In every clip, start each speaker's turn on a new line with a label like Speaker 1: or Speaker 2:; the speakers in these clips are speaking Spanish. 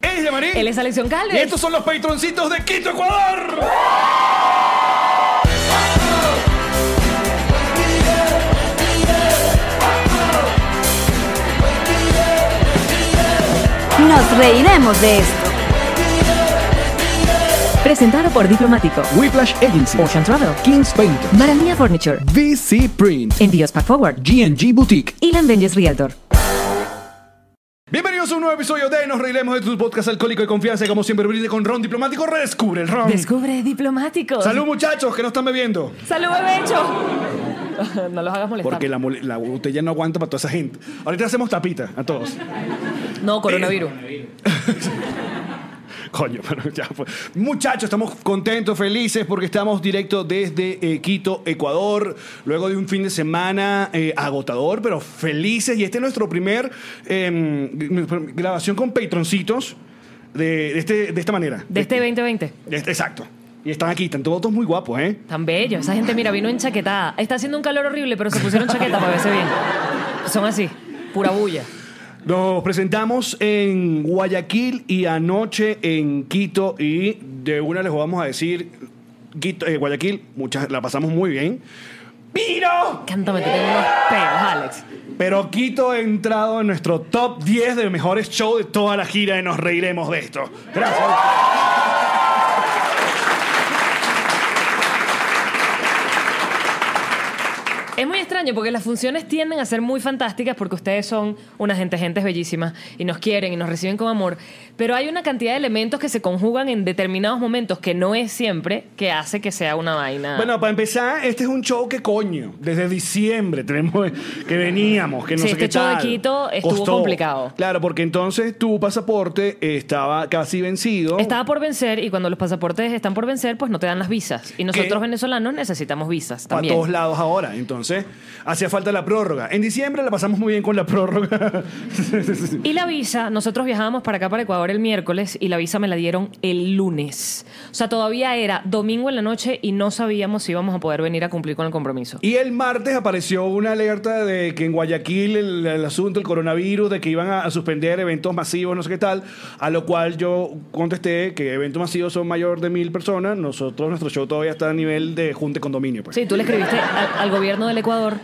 Speaker 1: Villa Marín.
Speaker 2: Él es Alexion Calves.
Speaker 1: Y estos son los patroncitos de Quito, Ecuador.
Speaker 3: Nos reiremos de esto.
Speaker 2: Presentado por Diplomático,
Speaker 4: Whiplash Agency,
Speaker 2: Ocean Travel,
Speaker 4: Kings Painter,
Speaker 2: Maranía Furniture,
Speaker 4: VC Print,
Speaker 2: Envíos Pack Forward
Speaker 4: GNG Boutique.
Speaker 2: y Land Vengeance Realtor.
Speaker 1: Bienvenidos a un nuevo episodio de Nos Reiremos de tu podcast alcohólico de confianza. Y como siempre, brinde con ron diplomático. Redescubre el ron.
Speaker 2: Descubre Diplomático.
Speaker 1: Salud, muchachos, que no están bebiendo.
Speaker 2: Salud, bebecho. no los hagas molestar.
Speaker 1: Porque la, mole- la botella no aguanta para toda esa gente. Ahorita hacemos tapita a todos.
Speaker 2: No, coronavirus.
Speaker 1: Coño, pero ya fue. Muchachos, estamos contentos, felices, porque estamos directo desde eh, Quito, Ecuador, luego de un fin de semana eh, agotador, pero felices. Y este es nuestro primer eh, grabación con patroncitos de, de este, de esta manera.
Speaker 2: De este 2020.
Speaker 1: De este- exacto. Y están aquí, están todos muy guapos, ¿eh?
Speaker 2: Tan bello. Esa gente, mira, vino enchaquetada. Está haciendo un calor horrible, pero se pusieron chaqueta para verse bien. Son así, pura bulla.
Speaker 1: Nos presentamos en Guayaquil y anoche en Quito y de una les vamos a decir, Quito, eh, Guayaquil, muchas, la pasamos muy bien. ¡Pero!
Speaker 2: Cántame, te tengo unos peos, Alex.
Speaker 1: Pero Quito ha entrado en nuestro top 10 de mejores shows de toda la gira y nos reiremos de esto. Gracias.
Speaker 2: Es muy extraño porque las funciones tienden a ser muy fantásticas porque ustedes son una gente, gentes bellísimas y nos quieren y nos reciben con amor. Pero hay una cantidad de elementos que se conjugan en determinados momentos que no es siempre que hace que sea una vaina.
Speaker 1: Bueno, para empezar, este es un show que coño, desde diciembre tenemos que veníamos, que no
Speaker 2: Sí,
Speaker 1: sé
Speaker 2: este
Speaker 1: qué
Speaker 2: show de
Speaker 1: tal.
Speaker 2: Quito estuvo complicado.
Speaker 1: Claro, porque entonces tu pasaporte estaba casi vencido.
Speaker 2: Estaba por vencer y cuando los pasaportes están por vencer, pues no te dan las visas. Y nosotros venezolanos necesitamos visas
Speaker 1: para
Speaker 2: también.
Speaker 1: todos lados ahora. Entonces, hacía falta la prórroga. En diciembre la pasamos muy bien con la prórroga.
Speaker 2: Y la visa, nosotros viajábamos para acá, para Ecuador el miércoles y la visa me la dieron el lunes. O sea, todavía era domingo en la noche y no sabíamos si íbamos a poder venir a cumplir con el compromiso.
Speaker 1: y el martes apareció una alerta de que en Guayaquil el, el asunto, el coronavirus, de que iban a, a suspender eventos masivos, no sé qué tal. A lo cual yo contesté que eventos masivos son mayor de mil personas. Nosotros, nuestro show todavía está a nivel de junta y condominio. Pues.
Speaker 2: Sí, tú le escribiste al, al gobierno del Ecuador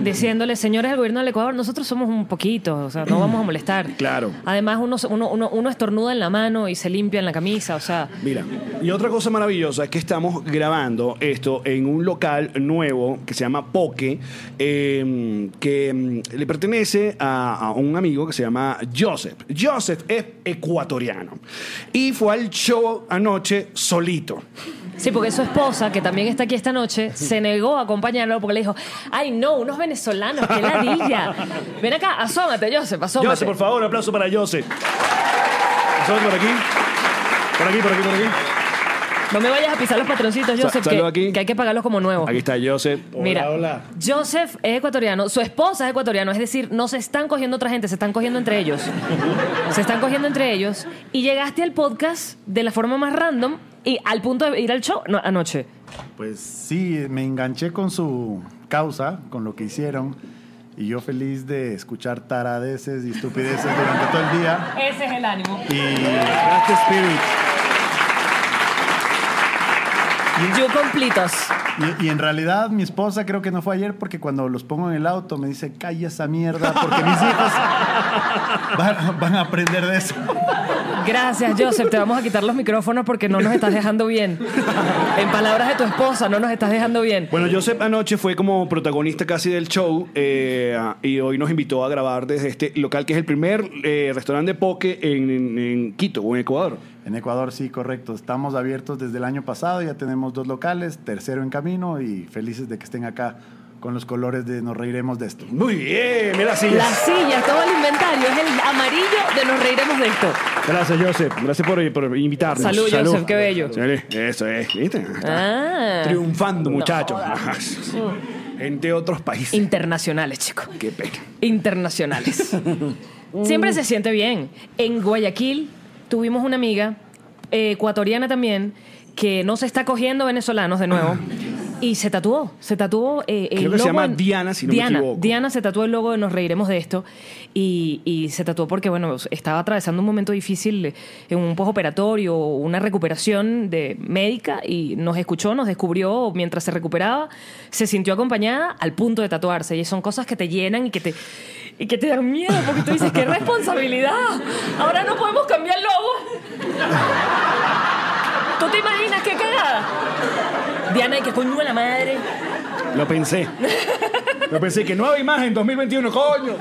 Speaker 2: diciéndole, señores del gobierno del Ecuador, nosotros somos un poquito, o sea, no vamos a molestar.
Speaker 1: Claro.
Speaker 2: Además, uno, uno, uno, uno estornuda en la mano y se limpia en la camisa, o sea,
Speaker 1: Mira, y otra cosa maravillosa es que estamos grabando esto en un local nuevo que se llama Poke, eh, que mm, le pertenece a, a un amigo que se llama Joseph. Joseph es ecuatoriano y fue al show anoche solito.
Speaker 2: Sí, porque su esposa, que también está aquí esta noche, se negó a acompañarlo porque le dijo, ay no, unos venezolanos, qué ladilla. Ven acá, asómate, Joseph, asómate.
Speaker 1: Joseph, por favor, un aplauso para Joseph. Joseph, por aquí. Por aquí, por aquí, por aquí.
Speaker 2: No me vayas a pisar los patroncitos,
Speaker 1: Sa-
Speaker 2: Joseph, que,
Speaker 1: saludo aquí.
Speaker 2: que hay que pagarlos como nuevos.
Speaker 1: Aquí está Joseph.
Speaker 2: Mira, Joseph es ecuatoriano, su esposa es ecuatoriano, es decir, no se están cogiendo otra gente, se están cogiendo entre ellos. se están cogiendo entre ellos. Y llegaste al podcast de la forma más random y al punto de ir al show no, anoche.
Speaker 5: Pues sí, me enganché con su causa, con lo que hicieron. Y yo feliz de escuchar taradeces y estupideces durante todo el día.
Speaker 2: Ese es el ánimo.
Speaker 5: Y. That's the spirit.
Speaker 2: Yo complitos.
Speaker 5: Y, y en realidad mi esposa creo que no fue ayer porque cuando los pongo en el auto me dice, calla esa mierda porque mis hijos van, van a aprender de eso.
Speaker 2: Gracias, Joseph. Te vamos a quitar los micrófonos porque no nos estás dejando bien. En palabras de tu esposa, no nos estás dejando bien.
Speaker 1: Bueno, Joseph anoche fue como protagonista casi del show eh, y hoy nos invitó a grabar desde este local que es el primer eh, restaurante de poke en, en- en Quito o en Ecuador.
Speaker 5: En Ecuador sí, correcto. Estamos abiertos desde el año pasado, ya tenemos dos locales, tercero en camino y felices de que estén acá con los colores de nos reiremos de esto.
Speaker 1: Muy bien, mira así.
Speaker 2: Las sillas, todo el inventario, es el amarillo de nos reiremos de esto.
Speaker 1: Gracias, Joseph. Gracias por, por invitarnos.
Speaker 2: Salud, Joseph, qué bello.
Speaker 1: Salud. Eso es, ¿viste?
Speaker 2: Ah.
Speaker 1: Triunfando,
Speaker 2: No
Speaker 1: muchachos.
Speaker 2: jodas.
Speaker 1: Entre otros países.
Speaker 2: Internacionales, chicos.
Speaker 1: qué pena.
Speaker 2: Internacionales. Siempre se siente bien. En Guayaquil tuvimos una amiga, eh, ecuatoriana también, que no se está cogiendo venezolanos de nuevo. y se tatuó. Se tatuó eh, el
Speaker 1: Ah. Creo que se
Speaker 2: logo
Speaker 1: llama
Speaker 2: en-
Speaker 1: Diana, si no me
Speaker 2: Diana,
Speaker 1: equivoco.
Speaker 2: Diana se tatuó el logo de Nos Reiremos de Esto. Y, y se tatuó porque, bueno, estaba atravesando un momento difícil eh, en un postoperatorio, una recuperación de médica. Y nos escuchó, nos descubrió mientras se recuperaba. Se sintió acompañada al punto de tatuarse. Y son cosas que te llenan y que te. Y que te dan miedo porque tú dices, ¡qué responsabilidad! Ahora no podemos cambiar el logo. ¿Tú te imaginas qué cagada? Diana, ¿y qué coño de la madre?
Speaker 1: Lo pensé. Lo pensé que nueva imagen 2021, coño.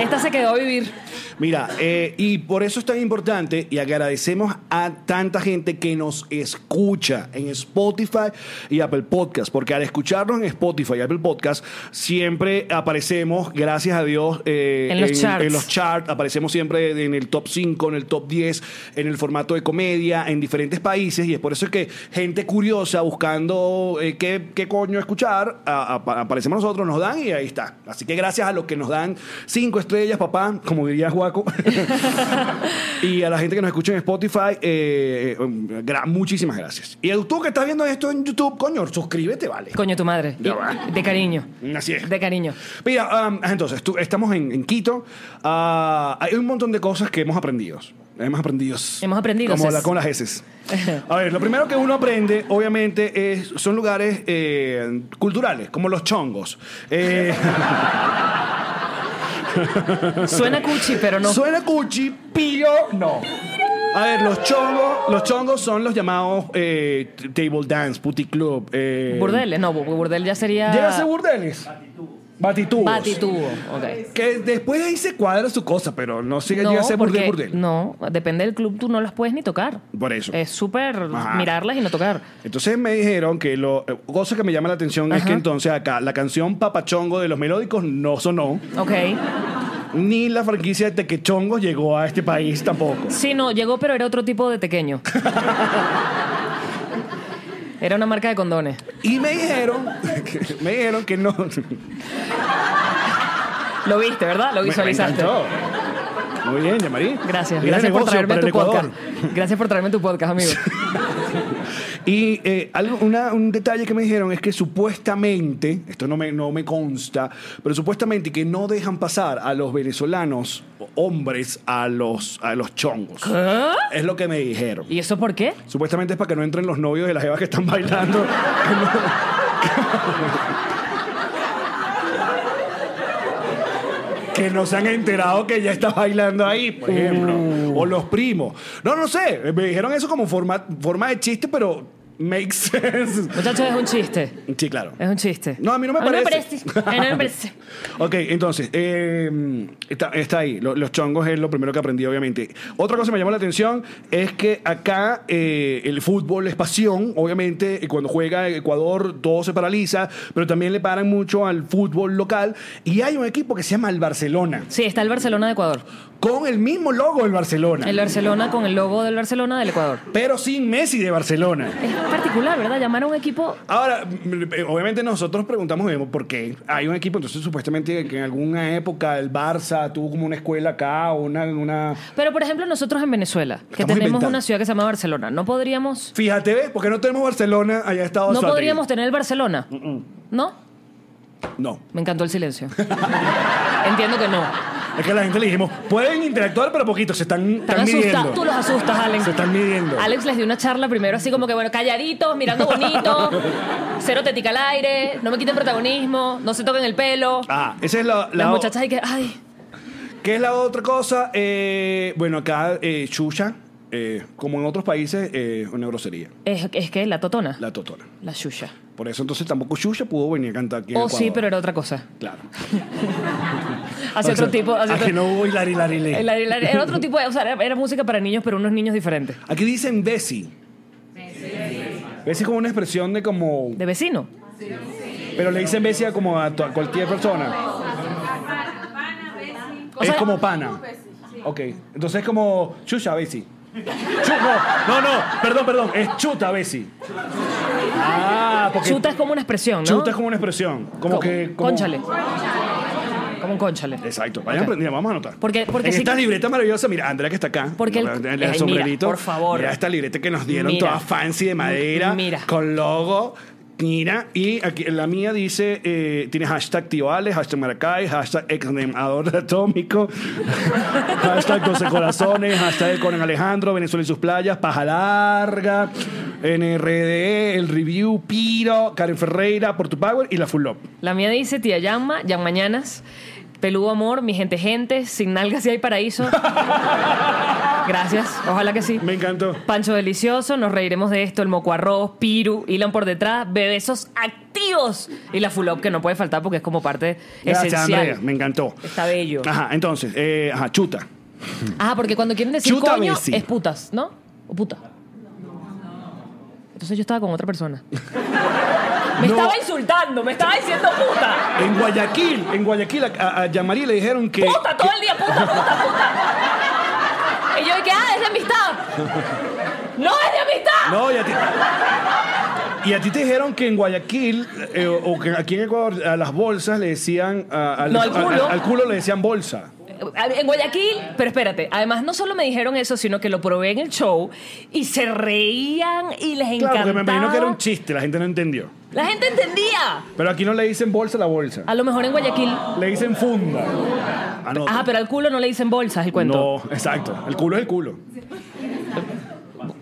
Speaker 2: Esta se quedó a vivir.
Speaker 1: Mira, eh, y por eso es tan importante y agradecemos a tanta gente que nos escucha en Spotify y Apple Podcast, porque al escucharnos en Spotify y Apple Podcast, siempre aparecemos, gracias a Dios, eh,
Speaker 2: En los charts.
Speaker 1: en los charts, aparecemos siempre en el top 5, en el top 10, en el formato de comedia, en diferentes países, y es por eso que gente curiosa buscando eh, qué, qué coño escuchar, a- a- aparecemos nosotros, nos dan y ahí está. Así que gracias a los que nos dan cinco estrellas, papá, como diría Juaco, y a la gente que nos escucha en Spotify, eh, eh, gra- muchísimas gracias. Y tú que estás viendo esto en YouTube, coño, suscríbete, vale.
Speaker 2: Coño, tu madre.
Speaker 1: Ya va.
Speaker 2: De cariño.
Speaker 1: Así es.
Speaker 2: De cariño.
Speaker 1: Mira, um, entonces, tú- estamos en, en Quito. Ah, hay un montón de cosas que hemos aprendido. Hemos aprendido.
Speaker 2: Hemos aprendido,
Speaker 1: Como
Speaker 2: ses.
Speaker 1: la- con las heces. A ver, lo primero que uno aprende, obviamente, es, son lugares eh, culturales, como los chongos. Eh,
Speaker 2: Suena cuchi, pero no.
Speaker 1: Suena cuchi, pillo, no. A ver, los chongos, los chongos son los llamados eh, t- table dance, puti club. eh,
Speaker 2: Burdeles. No, bu- burdel ya sería.
Speaker 1: ¿Llega a ser burdeles? Batitubos.
Speaker 2: Batitubo. Ok.
Speaker 1: Que después ahí se cuadra su cosa, pero no sigue llega a ser
Speaker 2: porque-
Speaker 1: burdel, burdel.
Speaker 2: no, depende del club, tú no las puedes ni tocar.
Speaker 1: Por eso.
Speaker 2: Es súper
Speaker 1: Ajá.
Speaker 2: mirarlas y no tocar.
Speaker 1: Entonces me dijeron que lo eh, cosa que me llama la atención es
Speaker 2: Ajá.
Speaker 1: que entonces acá la canción Papachongo de los Melódicos no sonó,
Speaker 2: Ok.
Speaker 1: ni la franquicia de Tequechongo llegó a este país tampoco.
Speaker 2: Sí, no, llegó, pero era otro tipo de pequeño. Era una marca de condones.
Speaker 1: Y me dijeron, que- me dijeron que no.
Speaker 2: Lo viste, ¿verdad? Lo
Speaker 1: Me- me
Speaker 2: visualizaste.
Speaker 1: encantó. Muy bien, Yamari.
Speaker 2: Gracias.
Speaker 1: Gran
Speaker 2: Gracias por
Speaker 1: negocio
Speaker 2: traerme
Speaker 1: para
Speaker 2: tu
Speaker 1: el Ecuador.
Speaker 2: podcast. Gracias por traerme tu podcast, amigo.
Speaker 1: Y eh, algo- una- un detalle que me dijeron es que supuestamente, esto no me, no me consta, pero supuestamente que no dejan pasar a los venezolanos, hombres, a los, a los chongos. Es lo que me dijeron.
Speaker 2: ¿Y eso por qué?
Speaker 1: Supuestamente es para que no entren los novios de las jevas que están bailando. Que no- Que no se han enterado que ya está bailando ahí, por ejemplo. O los primos. No, no sé. Me dijeron eso como forma, forma de chiste, pero makes sense.
Speaker 2: Muchachos, es un chiste.
Speaker 1: Sí, claro.
Speaker 2: Es un chiste.
Speaker 1: No, a mí no me parece.
Speaker 2: A mí no me parece.
Speaker 1: ok, entonces, eh, está, está ahí. Lo- los chongos es lo primero que aprendí, obviamente. Otra cosa que me llamó la atención es que acá eh, el fútbol es pasión. Obviamente, eh, cuando juega Ecuador, todo se paraliza, pero también le paran mucho al fútbol local. Y hay un equipo que se llama el Barcelona,
Speaker 2: Sí, está el Barcelona de Ecuador.
Speaker 1: con el mismo logo del Barcelona,
Speaker 2: El Barcelona con el logo del Barcelona del Ecuador.
Speaker 1: pero sin Messi de Barcelona.
Speaker 2: Es particular, ¿verdad? Llamar a un equipo.
Speaker 1: Ahora, m- m- obviamente nosotros preguntamos vemos, por qué hay un equipo, entonces supuestamente que en alguna época el Barça tuvo como una escuela acá, una... una...
Speaker 2: Pero, por ejemplo, nosotros en Venezuela, que
Speaker 1: Estamos
Speaker 2: tenemos
Speaker 1: inventando.
Speaker 2: una ciudad que se llama Barcelona, no podríamos.
Speaker 1: Fíjate, ¿ves? Porque no tenemos Barcelona allá en Estados
Speaker 2: No
Speaker 1: Unidos.
Speaker 2: podríamos tener el Barcelona.
Speaker 1: Mm,
Speaker 2: ¿No?
Speaker 1: No.
Speaker 2: Me encantó el silencio. Entiendo que no.
Speaker 1: Es que a la gente le dijimos, pueden interactuar, pero poquito, se están,
Speaker 2: Están
Speaker 1: están midiendo.
Speaker 2: asustados. Tú los asustas, Alex.
Speaker 1: Se están midiendo.
Speaker 2: Alex les dio una charla primero así como que, bueno, calladitos, mirando bonito, cero tetica al aire, no me quiten protagonismo, no se toquen el pelo.
Speaker 1: Ah, esa es la... la
Speaker 2: Las muchachas hay que, ay,
Speaker 1: ¿Qué es la otra cosa? Eh, bueno, acá eh, chucha, eh, como en otros países, eh, una grosería,
Speaker 2: es, es que la totona, la,
Speaker 1: la totona.
Speaker 2: yuya.
Speaker 1: Por eso entonces tampoco chucha pudo venir a cantar aquí en
Speaker 2: Oh, sí,
Speaker 1: Ecuador.
Speaker 2: pero era otra cosa.
Speaker 1: Claro.
Speaker 2: Hacia
Speaker 1: O sea,
Speaker 2: otro tipo, hacia
Speaker 1: a
Speaker 2: otro-
Speaker 1: que no hubo hilari, hilari, hilari.
Speaker 2: el- el- el- era otro tipo de, o sea, era, era música para niños, pero unos niños diferentes.
Speaker 1: Aquí dicen Desi. Desi es como una expresión de como.
Speaker 2: De vecino.
Speaker 1: Pero le dicen Desi a como a, to- a cualquier persona.
Speaker 2: O
Speaker 1: es
Speaker 2: sea-
Speaker 1: como pana. Ok. Entonces es como chucha Desi. Chu- no, no, no, perdón, perdón. Es chuta Desi. Ah, porque.
Speaker 2: Chuta es como una expresión, ¿no?
Speaker 1: chuta es como una expresión. Como, que. Como,
Speaker 2: Cónchale. Como un conchale.
Speaker 1: Exacto. Vayan aprendiendo, vamos a anotar.
Speaker 2: Porque- porque
Speaker 1: en
Speaker 2: sí
Speaker 1: esta
Speaker 2: que-
Speaker 1: libreta maravillosa, mira, Andrea que está acá.
Speaker 2: Porque el-
Speaker 1: el,
Speaker 2: Ay,
Speaker 1: el
Speaker 2: mira,
Speaker 1: sombrerito.
Speaker 2: por favor.
Speaker 1: Mira esta libreta que nos dieron
Speaker 2: Mira.
Speaker 1: toda fancy de madera.
Speaker 2: Mira.
Speaker 1: Con logo. Mira, y aquí, la mía dice, eh, tiene hashtag Tioales, hashtag Maracay, hashtag exnemador atómico, hashtag 12 corazones, hashtag con Alejandro, Venezuela y sus playas, paja larga, NRD, E, el review, Piro, Karen Ferreira, Por tu Power y la Full Love.
Speaker 2: La mía dice tía Yama, Yan Mañanas, Peludo Amor, Mi Gente Gente, Sin Nalgas y Hay Paraíso. Gracias, ojalá que sí.
Speaker 1: Me encantó.
Speaker 2: Pancho Delicioso, nos reiremos de esto, el moco arroz, piru, hilan por detrás, bebesos activos y la full up que no puede faltar porque es como parte
Speaker 1: Gracias,
Speaker 2: esencial.
Speaker 1: Andrea. Me encantó.
Speaker 2: Está bello.
Speaker 1: Ajá, entonces, eh, ajá, chuta.
Speaker 2: Ah, porque cuando quieren decir
Speaker 1: Chuta
Speaker 2: coño
Speaker 1: Bessi.
Speaker 2: es putas, ¿no? O puta. Entonces yo estaba con otra persona. Me
Speaker 1: No.
Speaker 2: estaba insultando, me estaba diciendo puta.
Speaker 1: En Guayaquil, en Guayaquil a, a, a Yamari le dijeron que...
Speaker 2: Puta todo el día, puta, puta, puta. Y yo dije, ah, es de amistad. No es de amistad.
Speaker 1: No, y a ti. Y a ti te dijeron que en Guayaquil, eh, o o que aquí en Ecuador, a las bolsas le decían. a- al,
Speaker 2: No, al
Speaker 1: a-
Speaker 2: culo.
Speaker 1: al culo le decían bolsa.
Speaker 2: En Guayaquil, pero espérate, además no solo me dijeron eso, sino que lo probé en el show y se reían y les
Speaker 1: Claro,
Speaker 2: encantaba.
Speaker 1: porque me imagino que era un chiste, la gente no entendió.
Speaker 2: La gente entendía.
Speaker 1: Pero aquí no le dicen bolsa a la bolsa.
Speaker 2: A lo mejor en Guayaquil.
Speaker 1: Le dicen funda. Anota.
Speaker 2: Ajá, pero al culo no le dicen bolsas, el Ah, cuento.
Speaker 1: No, exacto. El culo es el culo.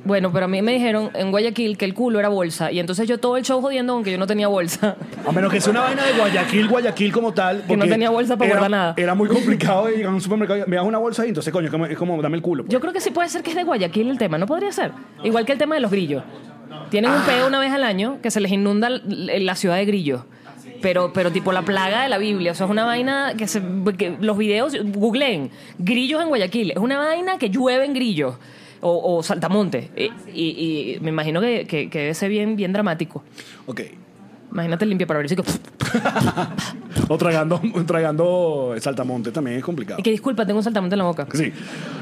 Speaker 2: Bueno, pero a mí me dijeron en Guayaquil que el culo era bolsa. Y entonces yo todo el show jodiendo aunque yo no tenía bolsa.
Speaker 1: A menos que sea una vaina de Guayaquil, Guayaquil como tal.
Speaker 2: Que no
Speaker 1: porque
Speaker 2: tenía bolsa para
Speaker 1: era-
Speaker 2: guardar nada.
Speaker 1: Era muy complicado de llegar a un supermercado. y, Me das una bolsa y entonces, coño, es como, es como dame el culo. pues.
Speaker 2: Yo creo que sí puede ser que es de Guayaquil el tema, ¿no podría ser? Igual que el tema de los grillos. Tienen un peo una vez al año que se les inunda l- l- la ciudad de grillos. Pero, pero tipo la plaga de la Biblia. O sea, es una vaina que, se, que los videos, googleen, grillos en Guayaquil. Es una vaina que llueven grillos. O, o saltamontes. Y, y- y me imagino que, que, que debe ser bien, bien dramático.
Speaker 1: Ok.
Speaker 2: Imagínate limpia para ver si...
Speaker 1: O tragando, tragando saltamonte también es complicado.
Speaker 2: Y que disculpa, tengo un saltamonte en la boca.
Speaker 1: Sí.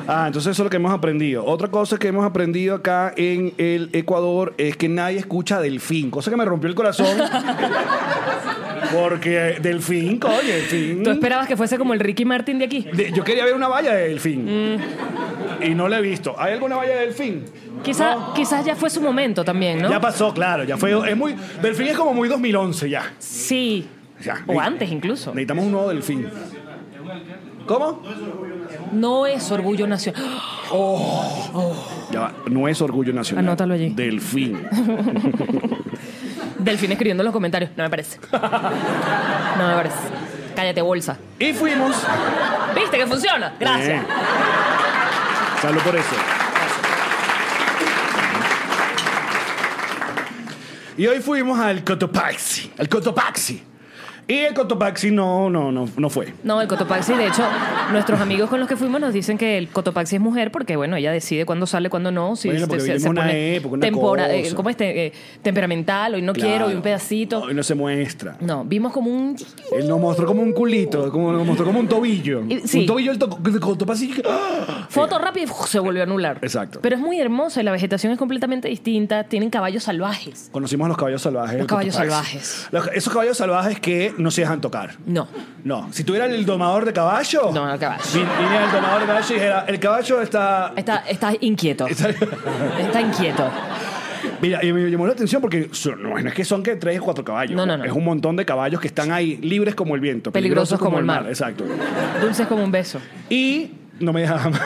Speaker 1: Ah, entonces eso es lo que hemos aprendido. Otra cosa que hemos aprendido acá en el Ecuador es que nadie escucha a Delfín, cosa que me rompió el corazón. Porque Delfín, coño, Delfín.
Speaker 2: ¿Tú esperabas que fuese como el Ricky Martin de aquí?
Speaker 1: De- yo quería ver una valla de Delfín.
Speaker 2: Mm.
Speaker 1: Y no la he visto. ¿Hay alguna valla de Delfín?
Speaker 2: Quizá, Quizás ya fue su momento también, ¿no?
Speaker 1: Ya pasó, claro, ya fue. Es muy, delfín es como muy 2011 ya.
Speaker 2: Sí.
Speaker 1: Ya.
Speaker 2: O antes incluso.
Speaker 1: Necesitamos un nuevo Delfín. ¿Cómo?
Speaker 2: No es orgullo nacional.
Speaker 1: Ya va. No es orgullo nacional.
Speaker 2: Anótalo allí.
Speaker 1: Delfín.
Speaker 2: Delfín escribiendo en los comentarios. No me parece. No me parece. Cállate, bolsa.
Speaker 1: Y fuimos.
Speaker 2: ¿Viste que funciona? Gracias.
Speaker 1: Bien. Salud por eso. Y hoy fuimos al Cotopaxi. Al Cotopaxi. Y el Cotopaxi no, no, no, no fue.
Speaker 2: No, el Cotopaxi, de hecho, nuestros amigos con los que fuimos nos dicen que el Cotopaxi es mujer porque, bueno, ella decide cuándo sale, cuándo no. Si
Speaker 1: Bueno,
Speaker 2: se-
Speaker 1: porque
Speaker 2: se,
Speaker 1: vivimos
Speaker 2: se
Speaker 1: una
Speaker 2: pone
Speaker 1: época, una
Speaker 2: tempora- eh,
Speaker 1: cosa.
Speaker 2: ¿Cómo es? Te- eh, temperamental, hoy no quiero, hoy un pedacito.
Speaker 1: Hoy no se muestra.
Speaker 2: No, vimos como un...
Speaker 1: Él nos mostró como un culito, como, nos mostró como un tobillo.
Speaker 2: Y- sí.
Speaker 1: Un tobillo del to- del Cotopaxi. ¡Ah!
Speaker 2: Foto rápida y uf, se volvió a anular.
Speaker 1: Exacto.
Speaker 2: Pero es muy hermosa y la vegetación es completamente distinta. Tienen caballos salvajes.
Speaker 1: Conocimos a los caballos salvajes. del
Speaker 2: caballos
Speaker 1: Cotopaxi.
Speaker 2: salvajes.
Speaker 1: Los- esos caballos salvajes que no se dejan tocar.
Speaker 2: No.
Speaker 1: No, si tuviera el domador de caballo.
Speaker 2: Domador de caballo.
Speaker 1: Vin- Viniera el domador de caballo y dijera, el caballo está.
Speaker 2: Está, está inquieto.
Speaker 1: está-
Speaker 2: Está inquieto.
Speaker 1: Mira, y me llamó la atención porque son- no, no es que son que tres o cuatro caballos.
Speaker 2: No, no, no.
Speaker 1: Es un montón de caballos que están ahí, libres como el viento,
Speaker 2: Peligrosos como el mar.
Speaker 1: Exacto.
Speaker 2: Dulce como un beso.
Speaker 1: Y no me dejan amar.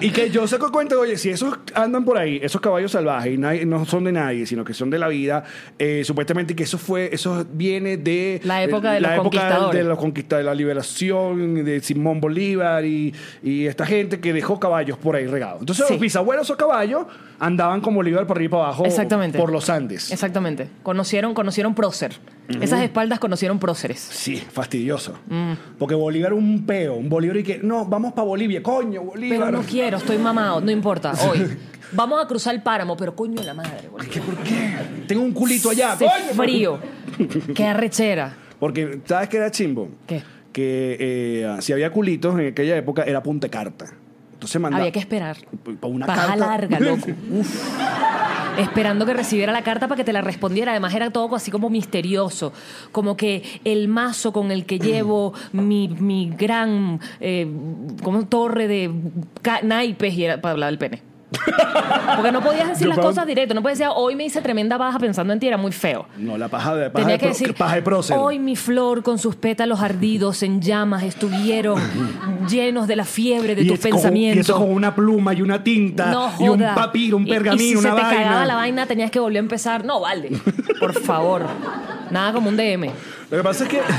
Speaker 1: y que yo saco cuenta, oye, si esos andan por ahí, esos caballos salvajes, y nadie- no son de nadie, sino que son de la vida, eh, supuestamente que eso fue, eso viene de
Speaker 2: La época de
Speaker 1: la
Speaker 2: los
Speaker 1: época
Speaker 2: conquistadores.
Speaker 1: de la conquista, de la liberación de Simón Bolívar y, y esta gente que dejó caballos por ahí regados. Entonces
Speaker 2: Sí.
Speaker 1: los bisabuelos esos caballos andaban con Bolívar por arriba y para abajo
Speaker 2: Exactamente.
Speaker 1: por los Andes.
Speaker 2: Exactamente. Conocieron, conocieron prócer. Esas espaldas conocieron próceres.
Speaker 1: Sí, fastidioso.
Speaker 2: Mm.
Speaker 1: Porque Bolívar un peo, un Bolívar y que, no, vamos para Bolivia, coño, Bolívar.
Speaker 2: Pero no quiero, estoy mamado, no importa, hoy. Vamos a cruzar el páramo, pero coño la madre, boludo.
Speaker 1: ¿Qué, ¿Por qué? Tengo un culito allá.
Speaker 2: Hace
Speaker 1: coño.
Speaker 2: frío. Qué arrechera.
Speaker 1: Porque, ¿sabes qué era chimbo?
Speaker 2: ¿Qué?
Speaker 1: Que eh, si había culitos en aquella época era punta de carta. Entonces mandaba.
Speaker 2: Había que esperar.
Speaker 1: Pa- una
Speaker 2: Paja
Speaker 1: carta.
Speaker 2: larga, loco. Uf. Esperando que recibiera la carta para que te la respondiera. Además, era todo así como misterioso. Como que el mazo con el que llevo mi, mi gran eh, como torre de ca- naipes y era para hablar del pene. Porque no podías decir
Speaker 1: Yo
Speaker 2: las
Speaker 1: pago-
Speaker 2: cosas directo. No podías decir, hoy me hice tremenda baja pensando en ti, era muy feo.
Speaker 1: No, la paja de, paja
Speaker 2: Tenía
Speaker 1: de,
Speaker 2: que
Speaker 1: pro-
Speaker 2: decir,
Speaker 1: paja de prócer.
Speaker 2: hoy mi flor con sus pétalos ardidos en llamas estuvieron llenos de la fiebre de
Speaker 1: Y
Speaker 2: tus
Speaker 1: es con- Y
Speaker 2: pensamientos.
Speaker 1: eso con una pluma y una tinta
Speaker 2: no
Speaker 1: y un
Speaker 2: joda.
Speaker 1: papiro, un
Speaker 2: Y-
Speaker 1: pergamino,
Speaker 2: y, si
Speaker 1: una
Speaker 2: se te cagaba
Speaker 1: vaina.
Speaker 2: la vaina, tenías que volver a empezar. No, vale. Por favor. Nada como un DM.
Speaker 1: Lo que pasa es que.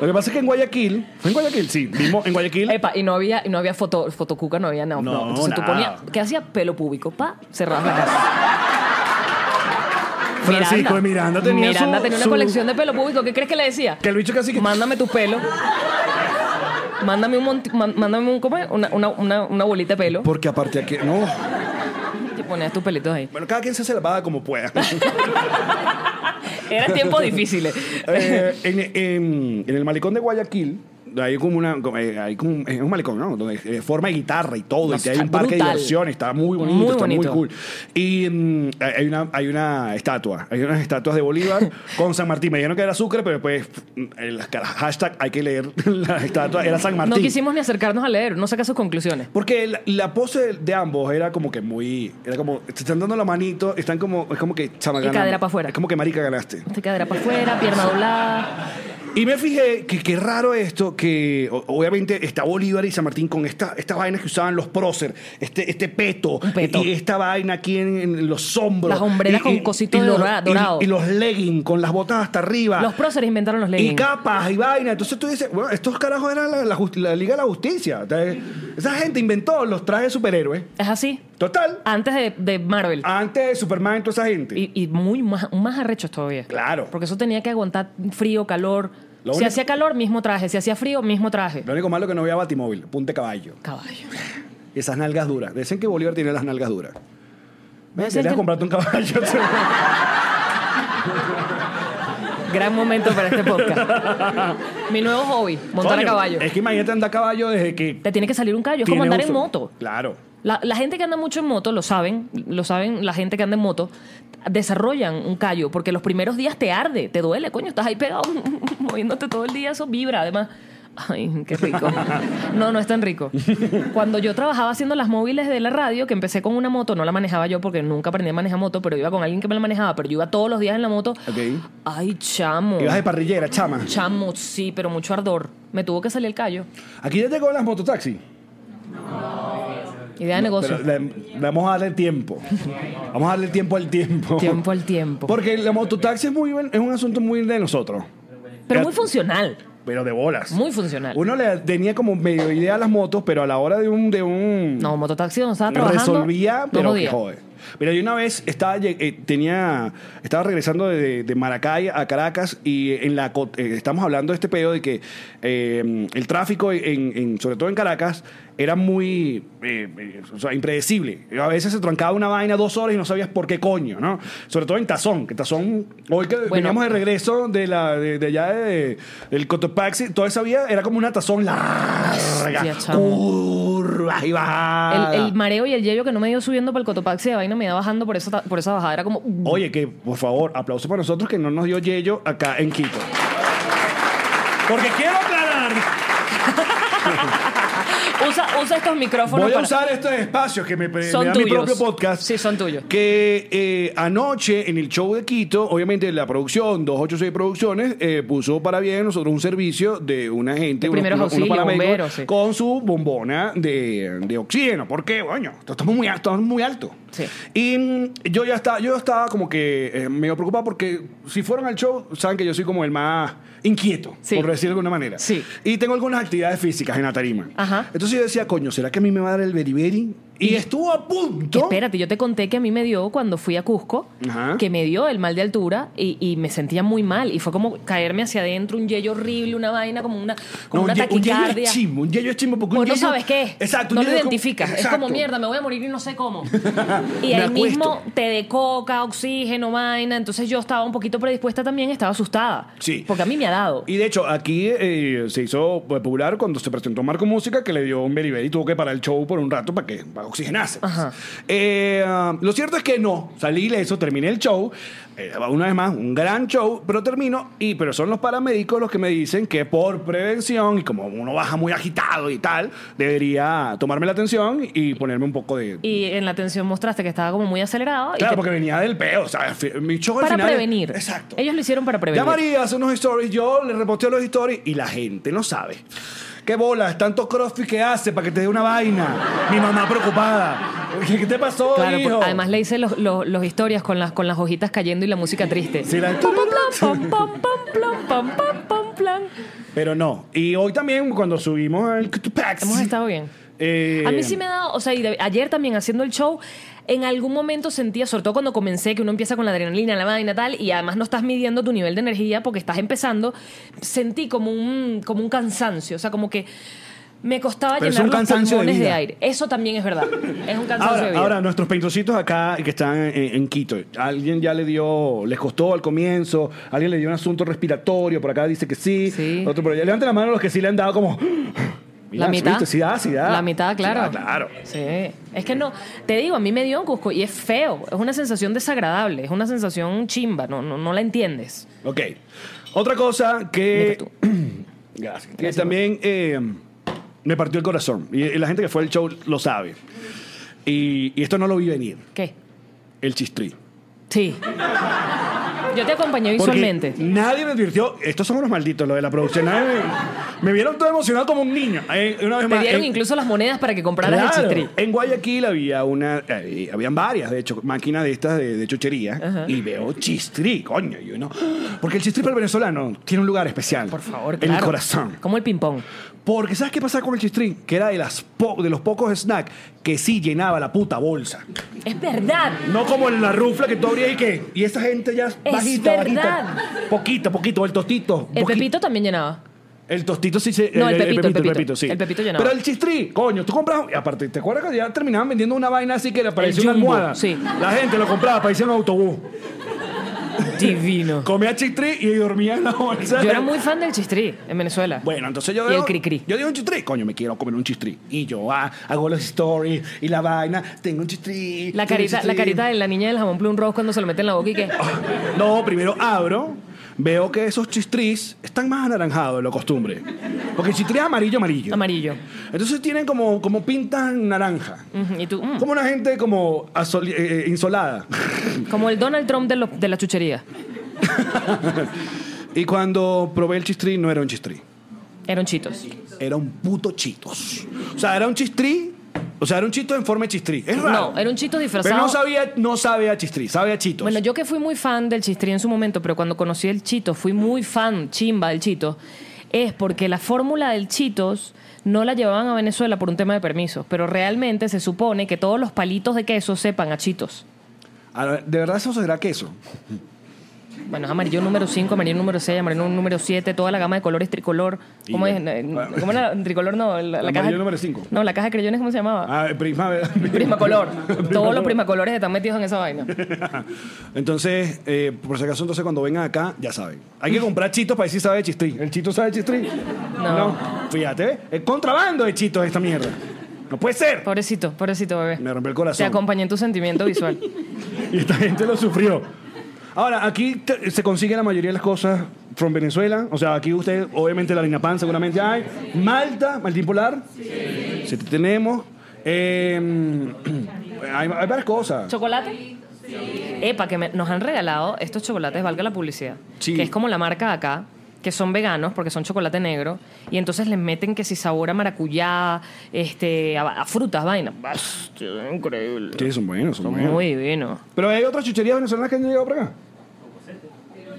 Speaker 1: Lo que pasa es que en Guayaquil. ¿Fue en Guayaquil? Sí, vimos en Guayaquil.
Speaker 2: Epa, y no había, y no había foto, fotocuca, no había nada.
Speaker 1: No,
Speaker 2: No, Entonces tú
Speaker 1: nada.
Speaker 2: ponías, ¿qué hacía? Pelo público, pa, cerrabas la casa.
Speaker 1: Francisco de Miranda tenía
Speaker 2: Miranda
Speaker 1: su-
Speaker 2: tenía una
Speaker 1: su-
Speaker 2: colección de pelo público. ¿Qué crees que le decía?
Speaker 1: Que el bicho casi que.
Speaker 2: Mándame tu pelo. Mándame un, monti- man- mándame un ¿cómo es? Una, una, una, una bolita de pelo.
Speaker 1: Porque aparte aquí. No.
Speaker 2: Te ponías tus pelitos ahí.
Speaker 1: Bueno, cada quien se hace la paga como pueda.
Speaker 2: Eran tiempos difíciles.
Speaker 1: Eh, en, en- en el malecón de Guayaquil. Hay como una. como, eh, Hay como un, es un malecón, ¿no? Donde eh, forma de guitarra y todo.
Speaker 2: No,
Speaker 1: y que
Speaker 2: está
Speaker 1: hay un parque de
Speaker 2: brutal.
Speaker 1: diversiones. Está muy bonito,
Speaker 2: Muy
Speaker 1: está muy
Speaker 2: bonito.
Speaker 1: cool. Y mm, hay, una, hay una estatua. Hay unas estatuas de Bolívar con San Martín. Me dijeron que era Sucre, pero después. mm, El hashtag hay que leer la estatua. Era San
Speaker 2: No
Speaker 1: Martín.
Speaker 2: quisimos ni acercarnos a leer, no saca sus conclusiones.
Speaker 1: Porque la, la pose de ambos era como que muy. Era como. Se están dando la manito, están como. Es como que. Chama,
Speaker 2: Y
Speaker 1: ganamos.
Speaker 2: cadera pa' afuera.
Speaker 1: Es como que marica ganaste.
Speaker 2: Te cadera para afuera, pierna doblada.
Speaker 1: Y me fijé que qué raro esto, que o- obviamente está Bolívar y San Martín con esta, estas vainas que usaban los prócer, este, este peto,
Speaker 2: Un peto.
Speaker 1: y esta vaina aquí en, en los hombros.
Speaker 2: Las hombreras
Speaker 1: y-
Speaker 2: con
Speaker 1: y-
Speaker 2: cositos
Speaker 1: y
Speaker 2: de
Speaker 1: los-
Speaker 2: dora-
Speaker 1: y-
Speaker 2: dorado.
Speaker 1: Y, los leggings con las botas hasta arriba.
Speaker 2: Los próceres inventaron los
Speaker 1: Ah. y
Speaker 2: leggings.
Speaker 1: capas y vainas. Entonces tú dices, bueno, estos carajos eran la, la jus- la Liga de la Justicia. O sea, Esa gente inventó los trajes de superhéroes.
Speaker 2: Es así.
Speaker 1: Total.
Speaker 2: Antes de, de Marvel.
Speaker 1: Antes de Superman, toda esa gente.
Speaker 2: Y, y muy más, más arrechos todavía.
Speaker 1: Claro.
Speaker 2: Porque eso tenía que aguantar frío, calor.
Speaker 1: Lo
Speaker 2: si
Speaker 1: único-
Speaker 2: hacía calor, mismo traje. Si hacía frío, mismo traje.
Speaker 1: Lo único malo que no había Batimóvil, punte caballo.
Speaker 2: Caballo.
Speaker 1: Y esas nalgas duras. Dicen que Bolívar tiene las nalgas duras. Me
Speaker 2: Dicen
Speaker 1: querías
Speaker 2: que-
Speaker 1: comprarte un caballo.
Speaker 2: Gran momento para este podcast. Mi nuevo hobby, montar
Speaker 1: Coño,
Speaker 2: a caballo.
Speaker 1: Es que imagínate andar a caballo desde que.
Speaker 2: Te tiene que salir un callo. Es
Speaker 1: tiene
Speaker 2: como andar
Speaker 1: uso.
Speaker 2: en moto.
Speaker 1: Claro.
Speaker 2: La, la gente que anda mucho en moto, lo saben, lo saben la gente que anda en moto, desarrollan un callo, porque los primeros días te arde, te duele, coño, estás ahí pegado, moviéndote todo el día, eso vibra, además. Ay, qué rico. No, no es tan rico. Cuando yo trabajaba haciendo las móviles de la radio, que empecé con una moto, no la manejaba yo porque nunca aprendí a manejar moto, pero iba con alguien que me la manejaba, pero yo iba todos los días en la moto.
Speaker 1: Ok.
Speaker 2: Ay, chamo.
Speaker 1: Y vas de parrillera, chama.
Speaker 2: Chamo, sí, pero mucho ardor. Me tuvo que salir el callo.
Speaker 1: Aquí ya llegó las mototaxi.
Speaker 2: Idea de negocio.
Speaker 1: Pero le- vamos a darle tiempo. Vamos a darle tiempo al tiempo.
Speaker 2: Tiempo al tiempo.
Speaker 1: Porque la mototaxi es, muy, buen- es un asunto muy de nosotros.
Speaker 2: Pero muy funcional.
Speaker 1: Pero de bolas.
Speaker 2: Muy funcional.
Speaker 1: Uno le tenía como medio idea a las motos, pero a la hora de un. De un
Speaker 2: No, mototaxi no estaba trabajando.
Speaker 1: resolvía,
Speaker 2: no
Speaker 1: pero que
Speaker 2: podía.
Speaker 1: jode. Mira, yo una vez estaba, lleg- eh, tenía, estaba regresando de, de Maracay a Caracas y en la co- eh, estamos hablando de este pedo de que eh, el tráfico, en, en- sobre todo en Caracas, era muy eh, eh, o sea, impredecible. A veces se trancaba una vaina dos horas y no sabías por qué coño, ¿no? Sobre todo en Tazón, que Tazón, hoy que veníamos de regreso de, la, de, de allá de- del Cotopaxi, toda esa vía era como una Tazón larga,
Speaker 2: Hostia, chamo.
Speaker 1: curvas y bajadas.
Speaker 2: El, el mareo y el hielo que no me dio subiendo para el Cotopaxi de vaina me iba bajando por esa, ta- por esa bajada. Era como.
Speaker 1: Oye, que por favor, aplauso para nosotros que no nos dio Yello acá en Quito. Porque quiero aclarar,
Speaker 2: Usa, usa estos micrófonos.
Speaker 1: voy a
Speaker 2: para-
Speaker 1: usar estos espacios que me, me
Speaker 2: Son
Speaker 1: da mi
Speaker 2: tuyos.
Speaker 1: propio podcast.
Speaker 2: Sí, son tuyos.
Speaker 1: Que eh, anoche en el show de Quito, obviamente la producción, 286 Producciones, eh, puso para bien nosotros un servicio de una gente,
Speaker 2: De primeros auxilios, bomberos, sí.
Speaker 1: con su bombona de, de oxígeno. Porque, bueno, estamos muy altos, estamos muy altos.
Speaker 2: Sí.
Speaker 1: Y mm, yo ya estaba, yo estaba como que eh, medio preocupado porque si fueron al show, saben que yo soy como el más inquieto,
Speaker 2: Sí.
Speaker 1: por decirlo de alguna manera.
Speaker 2: Sí.
Speaker 1: Y tengo algunas actividades físicas en la tarima.
Speaker 2: Ajá.
Speaker 1: Entonces yo decía, coño, ¿será que a mí me va a dar el beriberi? Y, estuvo a punto.
Speaker 2: Espérate, yo te conté que a mí me dio cuando fui a Cusco,
Speaker 1: Ajá.
Speaker 2: que me dio el mal de altura y, y me sentía muy mal. Y fue como caerme hacia adentro, un yello horrible, una vaina, como una,
Speaker 1: No,
Speaker 2: como una
Speaker 1: un ye- un yello
Speaker 2: taquicardia.
Speaker 1: es chimbo, un yello es chimbo porque un
Speaker 2: Pues no
Speaker 1: yello-
Speaker 2: sabes qué es.
Speaker 1: Exacto, un
Speaker 2: no lo
Speaker 1: yello es como-
Speaker 2: identificas. Es
Speaker 1: Exacto.
Speaker 2: como mierda, me voy a morir y no sé cómo. y
Speaker 1: Me
Speaker 2: ahí
Speaker 1: acuesto.
Speaker 2: mismo te de coca, oxígeno, vaina. Entonces yo estaba un poquito predispuesta también, estaba asustada.
Speaker 1: Sí.
Speaker 2: Porque a mí me ha dado.
Speaker 1: Y de hecho, aquí eh, se hizo popular cuando se presentó Marco Música, que le dio un beriberi y tuvo que parar el show por un rato para que para oxigenase.
Speaker 2: Ajá.
Speaker 1: Eh, ah, lo cierto es que no, salí ileso, terminé el show, eh, una vez más, un gran show, pero termino, y, pero son los paramédicos los que me dicen que por prevención, y como uno baja muy agitado y tal, debería tomarme la atención y ponerme un poco de...
Speaker 2: Y en la atención mostraste que estaba como muy acelerado. y
Speaker 1: Claro,
Speaker 2: que-
Speaker 1: porque venía del peo, o sea, fi- mi show al
Speaker 2: para
Speaker 1: final-
Speaker 2: prevenir.
Speaker 1: Exacto.
Speaker 2: Ellos lo hicieron para prevenir.
Speaker 1: Ya María hace unos stories, yo le reposteo los stories y la gente no sabe. ¿Qué bolas? Tanto crossfit que hace para que te dé una vaina. Mi mamá preocupada. ¿Qué qué te pasó,
Speaker 2: Claro,
Speaker 1: hijo?
Speaker 2: porque además le hice los, los- los historias con las, con las hojitas cayendo y la música triste.
Speaker 1: Sí, la-
Speaker 2: Pom, pom, pom, pom, pom, pom, pom, pom, pom.
Speaker 1: Pero no. Y hoy también, cuando subimos el Packs. eh,
Speaker 2: Hemos estado bien. A mí sí me ha dado, o sea, y de- ayer también haciendo el show, en algún momento sentía, sobre todo cuando comencé, que uno empieza con la adrenalina, la vaina tal, y además no estás midiendo tu nivel de energía porque estás empezando, sentí como un, como un cansancio, o sea, como que me costaba
Speaker 1: Pero es
Speaker 2: llenar
Speaker 1: un
Speaker 2: los
Speaker 1: cansancio de
Speaker 2: pulmones de,
Speaker 1: vida.
Speaker 2: aire. Eso también es verdad, es un cansancio de
Speaker 1: Ahora,
Speaker 2: vida.
Speaker 1: ahora, nuestros peintrocitos acá que están en, en Quito, alguien ya le dio, les costó al comienzo, alguien le dio un asunto respiratorio, por acá dice que sí,
Speaker 2: Sí.
Speaker 1: otro por allá. Levanten la mano los que sí le han dado como... Mira,
Speaker 2: la mitad.
Speaker 1: ¿viste? Sí da, sí da.
Speaker 2: La mitad,
Speaker 1: Sí
Speaker 2: claro.
Speaker 1: da, claro.
Speaker 2: Sí. Es que no, te digo, a mí me dio en Cusco y es feo, es una sensación desagradable, es una sensación chimba, no, no, no la entiendes.
Speaker 1: Ok. Otra cosa que.
Speaker 2: Mira tú.
Speaker 1: Gracias. Que también eh, me partió el corazón. Y, y la gente que fue al show lo sabe. Y, y esto no lo vi venir.
Speaker 2: ¿Qué?
Speaker 1: El chistrí.
Speaker 2: Sí. Yo te acompañé
Speaker 1: Porque
Speaker 2: visualmente.
Speaker 1: Nadie me advirtió. Estos son unos malditos, lo de la producción. Nadie me, me vieron todo emocionado como un niño. Eh, una vez
Speaker 2: Te
Speaker 1: más,
Speaker 2: dieron
Speaker 1: en-
Speaker 2: incluso las monedas para que compraras el
Speaker 1: Claro.
Speaker 2: chistrí.
Speaker 1: En Guayaquil había una, eh, habían varias, de hecho, máquinas de estas de, de chuchería. Y veo chistrí, coño. Y uno, porque el chistrí para el venezolano tiene un lugar especial.
Speaker 2: Por favor,
Speaker 1: En
Speaker 2: claro.
Speaker 1: el corazón.
Speaker 2: Como el ping-pong.
Speaker 1: Porque ¿sabes qué pasaba con el chistrín? Que era de, las po- de los pocos snacks que sí llenaba la puta bolsa.
Speaker 2: Es verdad.
Speaker 1: No como en la rufla que tú abrías y que... Y esa gente ya bajita,
Speaker 2: verdad.
Speaker 1: bajita. Poquito, poquito. El tostito.
Speaker 2: El
Speaker 1: poqui-
Speaker 2: pepito también llenaba.
Speaker 1: El tostito sí se...
Speaker 2: No, el pepito, el pepito.
Speaker 1: sí.
Speaker 2: El pepito llenaba.
Speaker 1: Pero el chistrín, coño, tú comprabas... y aparte, ¿te acuerdas que ya terminaban vendiendo una vaina así que le parecía
Speaker 2: El
Speaker 1: una
Speaker 2: jumbo,
Speaker 1: almohada?
Speaker 2: sí.
Speaker 1: La gente lo compraba para irse en un autobús.
Speaker 2: Divino.
Speaker 1: Comía chistrín y dormía en la bolsa.
Speaker 2: Yo era muy fan del chistrí en Venezuela.
Speaker 1: Bueno, entonces yo
Speaker 2: Y
Speaker 1: digo.
Speaker 2: el cri-cri.
Speaker 1: Yo digo un chistrí. Coño, me quiero comer un chistrí. Y yo ah, hago los stories y la vaina. Tengo un chistrí.
Speaker 2: La
Speaker 1: tengo un
Speaker 2: carita, la
Speaker 1: chistrí.
Speaker 2: carita de la niña del jamón plum rose cuando se lo mete en la boca y que...
Speaker 1: No, primero abro. Veo que esos chistrís están más anaranjados de lo costumbre. Porque el chistrí es amarillo, amarillo.
Speaker 2: Amarillo.
Speaker 1: Entonces tienen como, como pintas naranja.
Speaker 2: Ujú, Y tú... mm.
Speaker 1: Como una gente como asoli- eh, eh, insolada.
Speaker 2: Como el Donald Trump de, los- de la chuchería.
Speaker 1: y cuando probé el chistrí, no era un chistrí.
Speaker 2: Eran chitos.
Speaker 1: Era un puto chitos. O sea, era un chistrí. O sea, era un chito en forma de chistrí. Es raro.
Speaker 2: No, era un chito disfrazado.
Speaker 1: Pero no sabía, no sabe a chistrí, sabe a chitos.
Speaker 2: Bueno, yo que fui muy fan del chistrí en su momento, pero cuando conocí el chito, fui muy fan, chimba del chito, es porque la fórmula del chitos no la llevaban a Venezuela por un tema de permisos, pero realmente se supone que todos los palitos de queso sepan a chitos.
Speaker 1: A ver, ¿De verdad eso será queso?
Speaker 2: Bueno, es amarillo número 5, amarillo número 6, amarillo número 7, toda la gama de colores tricolor. ¿Cómo
Speaker 1: Y- Ah,
Speaker 2: es? Eh, ¿Cómo era? Tricolor no, la, la
Speaker 1: Amarillo
Speaker 2: caja.
Speaker 1: número cinco.
Speaker 2: No, la caja de creyones, ¿cómo se llamaba?
Speaker 1: Ah, primavera.
Speaker 2: Prismacolor. Todos los
Speaker 1: Prismacolor.
Speaker 2: prismacolores están metidos en esa vaina.
Speaker 1: Entonces, eh, por si acaso, entonces cuando vengan acá, ya saben. Hay que comprar chitos para decir sabe de chistrí. ¿El chito sabe de chistrí?
Speaker 2: No.
Speaker 1: Fíjate, ¿ves? El contrabando de chitos esta mierda. No puede ser.
Speaker 2: Pobrecito, pobrecito bebé.
Speaker 1: Me rompió el
Speaker 2: Te
Speaker 1: corazón.
Speaker 2: acompañé en tu sentimiento visual.
Speaker 1: Y esta gente lo sufrió. Ahora, aquí te- se consigue la mayoría de las cosas from Venezuela. O sea, aquí usted, obviamente, la harina pan seguramente hay. Malta, Martín Polar. Sí. te tenemos. Eh, hay, hay varias cosas.
Speaker 2: ¿Chocolate? Epa, que me- nos han regalado estos chocolates, valga la publicidad.
Speaker 1: Sí.
Speaker 2: Que es como la marca acá, que son veganos porque son chocolate negro. Y entonces les meten que si sabor a maracuyá, este, a, a frutas, vaina. Hostia, Increíble.
Speaker 1: Sí, son buenos, son, buenos.
Speaker 2: Muy divino.
Speaker 1: Pero hay otras chucherías venezolanas que han llegado para acá.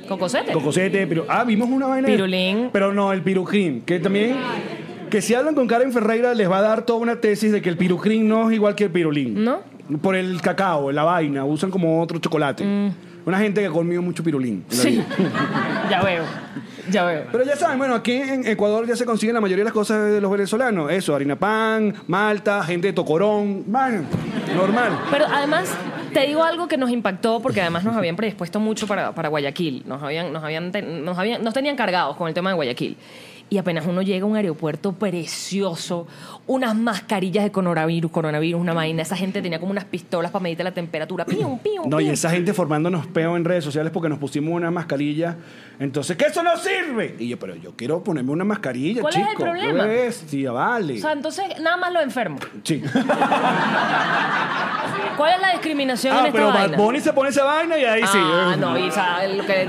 Speaker 2: ¿Cocosete?
Speaker 1: Cocosete, pero. Ah, vimos una vaina. de-
Speaker 2: Pirulín.
Speaker 1: Pero no, el pirucrín, que también. Que si hablan con Karen Ferreira, les va a dar toda una tesis de que el pirucrín no es igual que el pirulín.
Speaker 2: ¿No?
Speaker 1: Por el cacao, la vaina, usan como otro chocolate. Una gente que ha comido mucho pirulín. en la
Speaker 2: Mm. Sí.
Speaker 1: vida.
Speaker 2: ya veo. Ya veo.
Speaker 1: Pero ya saben, bueno, aquí en Ecuador ya se consiguen la mayoría de las cosas de los venezolanos. Eso, harina pan, malta, gente de tocorón. Bueno, normal.
Speaker 2: Pero además, te digo algo que nos impactó porque además nos habían predispuesto mucho para, para Guayaquil. Nos habían, nos habían, te- nos habían- nos tenían cargados con el tema de Guayaquil. Y apenas uno llega a un aeropuerto precioso, unas mascarillas de coronavirus, coronavirus, una vaina. Esa gente tenía como unas pistolas para medirte la temperatura. Pium, pium,
Speaker 1: No, y
Speaker 2: pium.
Speaker 1: esa gente formándonos peo en redes sociales porque nos pusimos una mascarilla. Entonces, ¿qué eso no sirve? Y yo, pero yo quiero ponerme una mascarilla,
Speaker 2: ¿Cuál es el
Speaker 1: chico. ¿Qué
Speaker 2: problema?
Speaker 1: bestia, vale.
Speaker 2: O sea, entonces nada más lo enfermo.
Speaker 1: sí.
Speaker 2: ¿Cuál es la discriminación en
Speaker 1: Ah,
Speaker 2: esta
Speaker 1: pero Bad
Speaker 2: vaina?
Speaker 1: Bunny se pone esa vaina y ahí sí.
Speaker 2: Ah, no, y o sea, lo que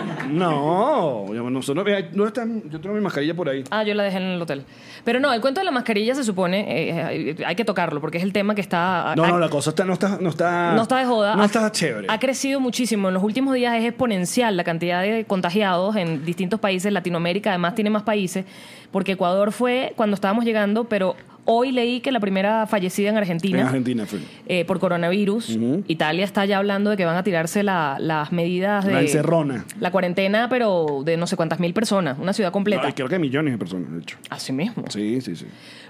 Speaker 1: No, yo- nosotros, mira, ¿dónde está mi- yo tengo mi mascarilla por ahí.
Speaker 2: Ah, yo la dejé en el hotel. Pero no, el cuento de la mascarilla se supone, eh, hay que tocarlo porque es el tema que está...
Speaker 1: No,
Speaker 2: ha-
Speaker 1: no, la cosa está, no está, no está.
Speaker 2: no está de joda.
Speaker 1: Ah, No
Speaker 2: Ha-
Speaker 1: está chévere.
Speaker 2: Ha crecido muchísimo. En los últimos días es exponencial la cantidad de contagiados en distintos países. Latinoamérica además tiene más países, porque Ecuador fue cuando estábamos llegando, pero hoy leí que la primera fallecida en Argentina.
Speaker 1: En Argentina pues. fue.
Speaker 2: eh, por coronavirus. Italia está ya hablando de que van a tirarse la- las medidas de.
Speaker 1: La encerrona.
Speaker 2: La cuarentena, pero de no sé cuántas mil personas. Una ciudad completa.
Speaker 1: Ay, creo que hay millones de personas, de hecho.
Speaker 2: Así mismo.
Speaker 1: Sí, sí, sí.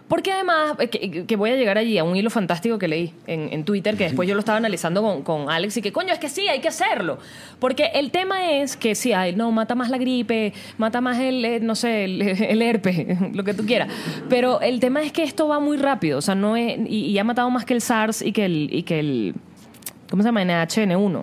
Speaker 2: Porque además, eh, que, que voy a llegar allí a un hilo fantástico que leí en, en Twitter, que después yo lo estaba analizando con, con Alex y que, coño, es que sí, hay que hacerlo. Porque el tema es que sí, ay, no, mata más la gripe, mata más el, eh, no sé, el, el herpes, lo que tú quieras. Pero el tema es que esto va muy rápido, o sea, no es, y, y ha matado más que el SARS y que el, y que el ¿cómo se llama? NHN1,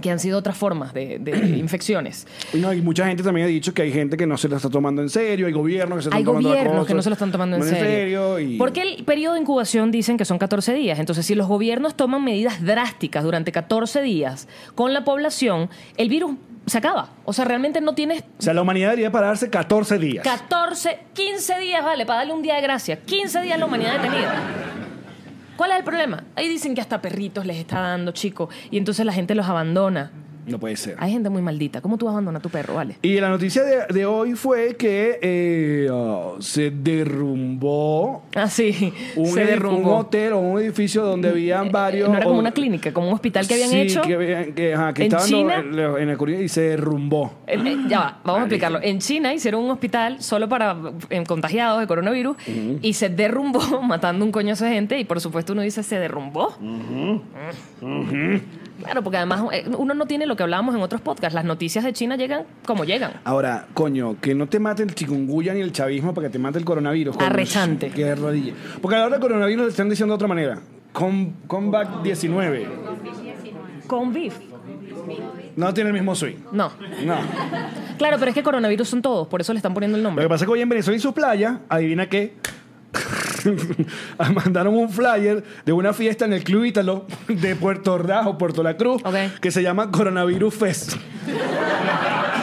Speaker 2: que han sido otras formas de, de infecciones.
Speaker 1: Y, no, y mucha gente también ha dicho que hay gente que no se la está tomando en serio, hay gobiernos que se están
Speaker 2: Hay
Speaker 1: tomando la
Speaker 2: gobiernos
Speaker 1: cosa
Speaker 2: que no se lo están tomando en serio.
Speaker 1: y-
Speaker 2: Porque el periodo de incubación dicen que son 14 días. Entonces, si los gobiernos toman medidas drásticas durante 14 días con la población, el virus se acaba. O sea, realmente no tienes
Speaker 1: O sea, la humanidad debería pararse 14 días.
Speaker 2: 14, 15 días, vale, para darle un día de gracia. 15 días la humanidad detenida. ¿Cuál es el problema? Ahí dicen que hasta perritos les está dando, chicos. Y entonces la gente los abandona.
Speaker 1: No puede ser.
Speaker 2: Hay gente muy maldita. ¿Cómo tú abandonas a tu perro, vale?
Speaker 1: Y la noticia de, de hoy fue que eh, oh, se derrumbó
Speaker 2: Así,
Speaker 1: un,
Speaker 2: Ah, se
Speaker 1: edi-
Speaker 2: derrumbó. Eh,
Speaker 1: un hotel o un edificio donde habían varios...
Speaker 2: No era como
Speaker 1: o-
Speaker 2: una clínica, como un hospital que habían
Speaker 1: Sí,
Speaker 2: hecho.
Speaker 1: que, habían- que, ajá, que
Speaker 2: en
Speaker 1: estaban
Speaker 2: China.
Speaker 1: en, en la Corea y se derrumbó.
Speaker 2: Eh, eh, ya va, vamos a explicarlo. En China hicieron un hospital solo para eh, contagiados de coronavirus y se derrumbó matando un coño a esa gente y por supuesto uno dice se derrumbó. Claro, porque además eh, uno no tiene lo que hablábamos en otros podcasts. Las noticias de China llegan como llegan.
Speaker 1: Ahora, coño, que no te mate el chikungunya ni el chavismo para que te mate el coronavirus. coño.
Speaker 2: Arrechante.
Speaker 1: Qué rodilla. Porque ahora el coronavirus le están diciendo de otra manera. Com- Comeback 19.
Speaker 2: Con beef.
Speaker 1: No tiene el mismo swing.
Speaker 2: No.
Speaker 1: No.
Speaker 2: Claro, pero es que coronavirus son todos, por eso le están poniendo el
Speaker 1: Lo que
Speaker 2: nombre.
Speaker 1: pasa es que hoy en Venezuela y sus playas, adivina qué. Mandaron un flyer de una fiesta en el Club Ítalo de Puerto Ordaz o Puerto La Cruz
Speaker 2: Ok.
Speaker 1: que se llama Coronavirus Fest.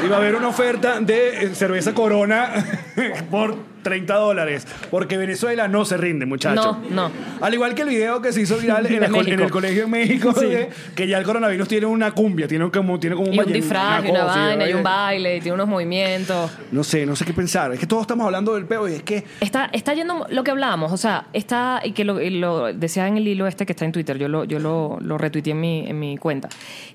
Speaker 1: Y va a haber una oferta de eh, cerveza Corona por 30 dólares. Porque Venezuela no se rinde, muchachos.
Speaker 2: No, no.
Speaker 1: Al igual que el video que se hizo viral en,
Speaker 2: De
Speaker 1: la col- en
Speaker 2: México.
Speaker 1: el colegio en México,
Speaker 2: Sí.
Speaker 1: de que ya el coronavirus tiene una cumbia, tiene como, tiene como un
Speaker 2: Y un
Speaker 1: vallen-
Speaker 2: disfraz, y una
Speaker 1: cosa,
Speaker 2: vaina, y un
Speaker 1: ¿verdad?
Speaker 2: baile, y tiene unos movimientos.
Speaker 1: No sé, no sé qué pensar. Es que todos estamos hablando del peo y es que
Speaker 2: Está, está yendo lo que hablábamos, o sea, está, y que lo, y lo decía en el hilo este que está en Twitter, yo lo, yo lo, lo retuiteé en mi, en mi cuenta,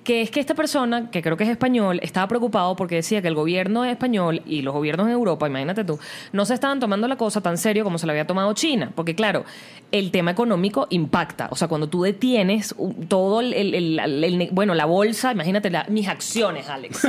Speaker 2: que es que esta persona, que creo que es español, estaba preocupado porque decía que el gobierno español y los gobiernos en Europa, imagínate tú, no se estaban tomando la cosa tan serio como se la había tomado China, porque claro, el tema económico impacta, o sea, cuando tú detienes un- todo el, el- el- el ne- bueno, la bolsa, imagínate, la- mis acciones, Alex,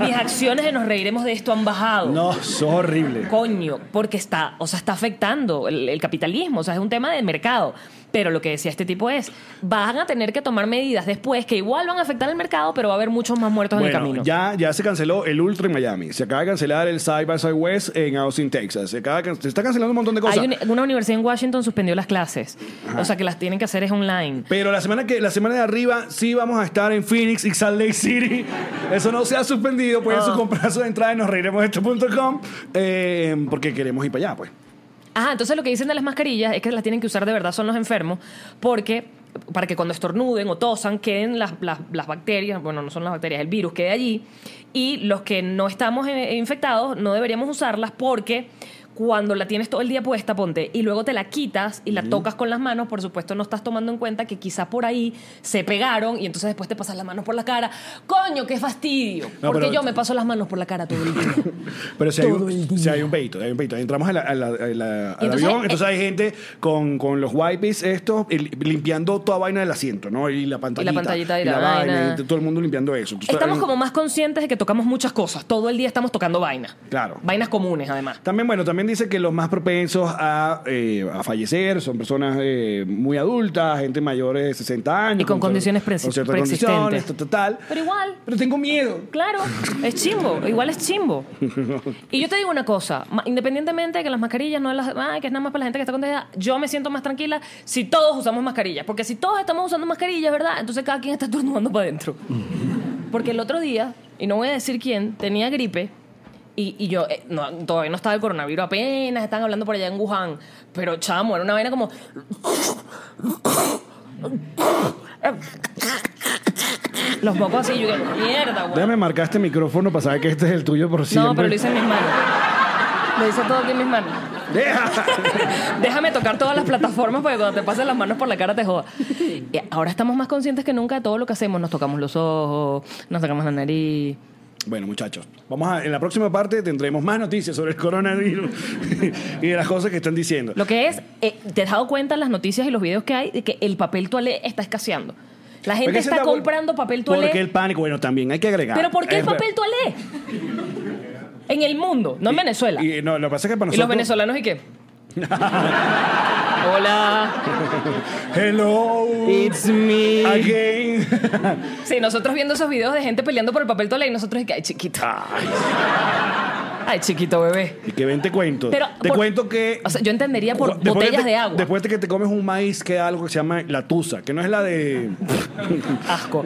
Speaker 2: mis acciones de nos reiremos de esto han bajado.
Speaker 1: No, es horrible.
Speaker 2: Coño, porque está, o sea, está afectando el, el capitalismo, o sea, es un tema del mercado. Pero lo que decía este tipo es, van a tener que tomar medidas después que igual van a afectar al mercado, pero va a haber muchos más muertos en el
Speaker 1: Bueno,
Speaker 2: camino.
Speaker 1: ya, ya se canceló el Ultra en Miami. Se acaba de cancelar el Side by West en Austin, Texas. Se, acaba de can- se está cancelando un montón de
Speaker 2: Hay
Speaker 1: cosas.
Speaker 2: un- e- una universidad en Washington suspendió las clases, o sea, que las tienen que hacer es online.
Speaker 1: Pero la semana que la semana de arriba sí vamos a estar en Phoenix y Salt Lake City. Eso no se ha suspendido. Pueden
Speaker 2: Ah.
Speaker 1: su comprar su entrada en nosreiremosdeesto.com eh, porque queremos ir para allá, pues.
Speaker 2: Ah, entonces lo que dicen de las mascarillas es que las tienen que usar de verdad son los enfermos, porque para que cuando estornuden o tosan queden las, las- las bacterias, bueno, no son las bacterias, el virus quede allí, y los que no estamos eh, infectados no deberíamos usarlas porque cuando la tienes todo el día puesta, ponte, y luego te la quitas y la tocas con las manos, por supuesto no estás tomando en cuenta que quizá por ahí se pegaron y entonces después te pasas las manos por la cara. Coño, qué fastidio.
Speaker 1: No,
Speaker 2: porque
Speaker 1: pero-
Speaker 2: yo me paso las manos por la cara todo el día.
Speaker 1: Pero si hay,
Speaker 2: Todo el
Speaker 1: un,
Speaker 2: día.
Speaker 1: si hay un peito, hay un peito. Entramos a la- a la- a la- al
Speaker 2: entonces- eh,
Speaker 1: avión, entonces hay gente con, con los wipes estos, y li- limpiando toda vaina del asiento, ¿no? Y la pantallita.
Speaker 2: pantallita y la vaina.
Speaker 1: y todo el mundo limpiando eso. Entonces,
Speaker 2: Estamos
Speaker 1: hay-
Speaker 2: como más conscientes de que tocamos muchas cosas. Todo el día estamos tocando vainas.
Speaker 1: Claro.
Speaker 2: Vainas comunes, además.
Speaker 1: También, bueno, también dice que los más propensos a, eh, a fallecer son personas eh, muy adultas, gente mayor de 60 años.
Speaker 2: Y con condiciones
Speaker 1: pre-
Speaker 2: presi-
Speaker 1: Con ciertas
Speaker 2: preexistentes.
Speaker 1: condiciones, ta- ta- tal.
Speaker 2: Pero igual.
Speaker 1: Pero tengo miedo.
Speaker 2: Claro, es chimbo, igual es chimbo. Y yo te digo una cosa, ma- independientemente de que las mascarillas no las, ay, que es nada más para la gente que está contagiada, yo me siento más tranquila si todos usamos mascarillas, porque si todos estamos usando mascarillas, ¿verdad? Entonces cada quien está estornudando para adentro. Porque el otro día, y no voy a decir quién, tenía gripe y, y yo, eh, no, todavía no estaba el coronavirus, apenas estaban hablando por allá en Wuhan, pero chamo, era una vaina como... Los mocos así, yo dije, mierda, güey.
Speaker 1: Déjame marcar este micrófono para saber que este es el tuyo por siempre.
Speaker 2: No, pero lo hice en mis manos. Lo hice todo aquí en mis manos.
Speaker 1: ¡Deja!
Speaker 2: Déjame tocar todas las plataformas porque cuando te pasen las manos por la cara te joda. Y ahora estamos más conscientes que nunca de todo lo que hacemos. Nos tocamos los ojos, nos sacamos la nariz.
Speaker 1: Bueno, muchachos, vamos a, en la próxima parte tendremos más noticias sobre el coronavirus y de las cosas que están diciendo.
Speaker 2: Lo que es, eh, te has dado cuenta en las noticias y los videos que hay de que el papel toalé está escaseando. La gente
Speaker 1: Porque se
Speaker 2: está
Speaker 1: vol-
Speaker 2: comprando papel toalé.
Speaker 1: Porque el pánico, bueno, también hay que agregar.
Speaker 2: ¿Pero por qué el
Speaker 1: Eh,
Speaker 2: papel toalé? En el mundo, no en Venezuela.
Speaker 1: Y, no, lo que pasa es que para
Speaker 2: ¿Y los
Speaker 1: nosotros.
Speaker 2: venezolanos y qué? Hola.
Speaker 1: Hello.
Speaker 2: It's me.
Speaker 1: Again.
Speaker 2: Sí, nosotros viendo esos videos de gente peleando por el papel toalé y nosotros es que, ay, chiquito.
Speaker 1: Ay,
Speaker 2: Ay, chiquito bebé.
Speaker 1: y que ven, te cuento.
Speaker 2: Pero
Speaker 1: te
Speaker 2: por-
Speaker 1: cuento que.
Speaker 2: O sea, yo entendería por
Speaker 1: Después
Speaker 2: botellas
Speaker 1: que te-
Speaker 2: de agua.
Speaker 1: Después de que te comes un maíz, queda algo que se llama la tusa, que no es la de.
Speaker 2: Asco.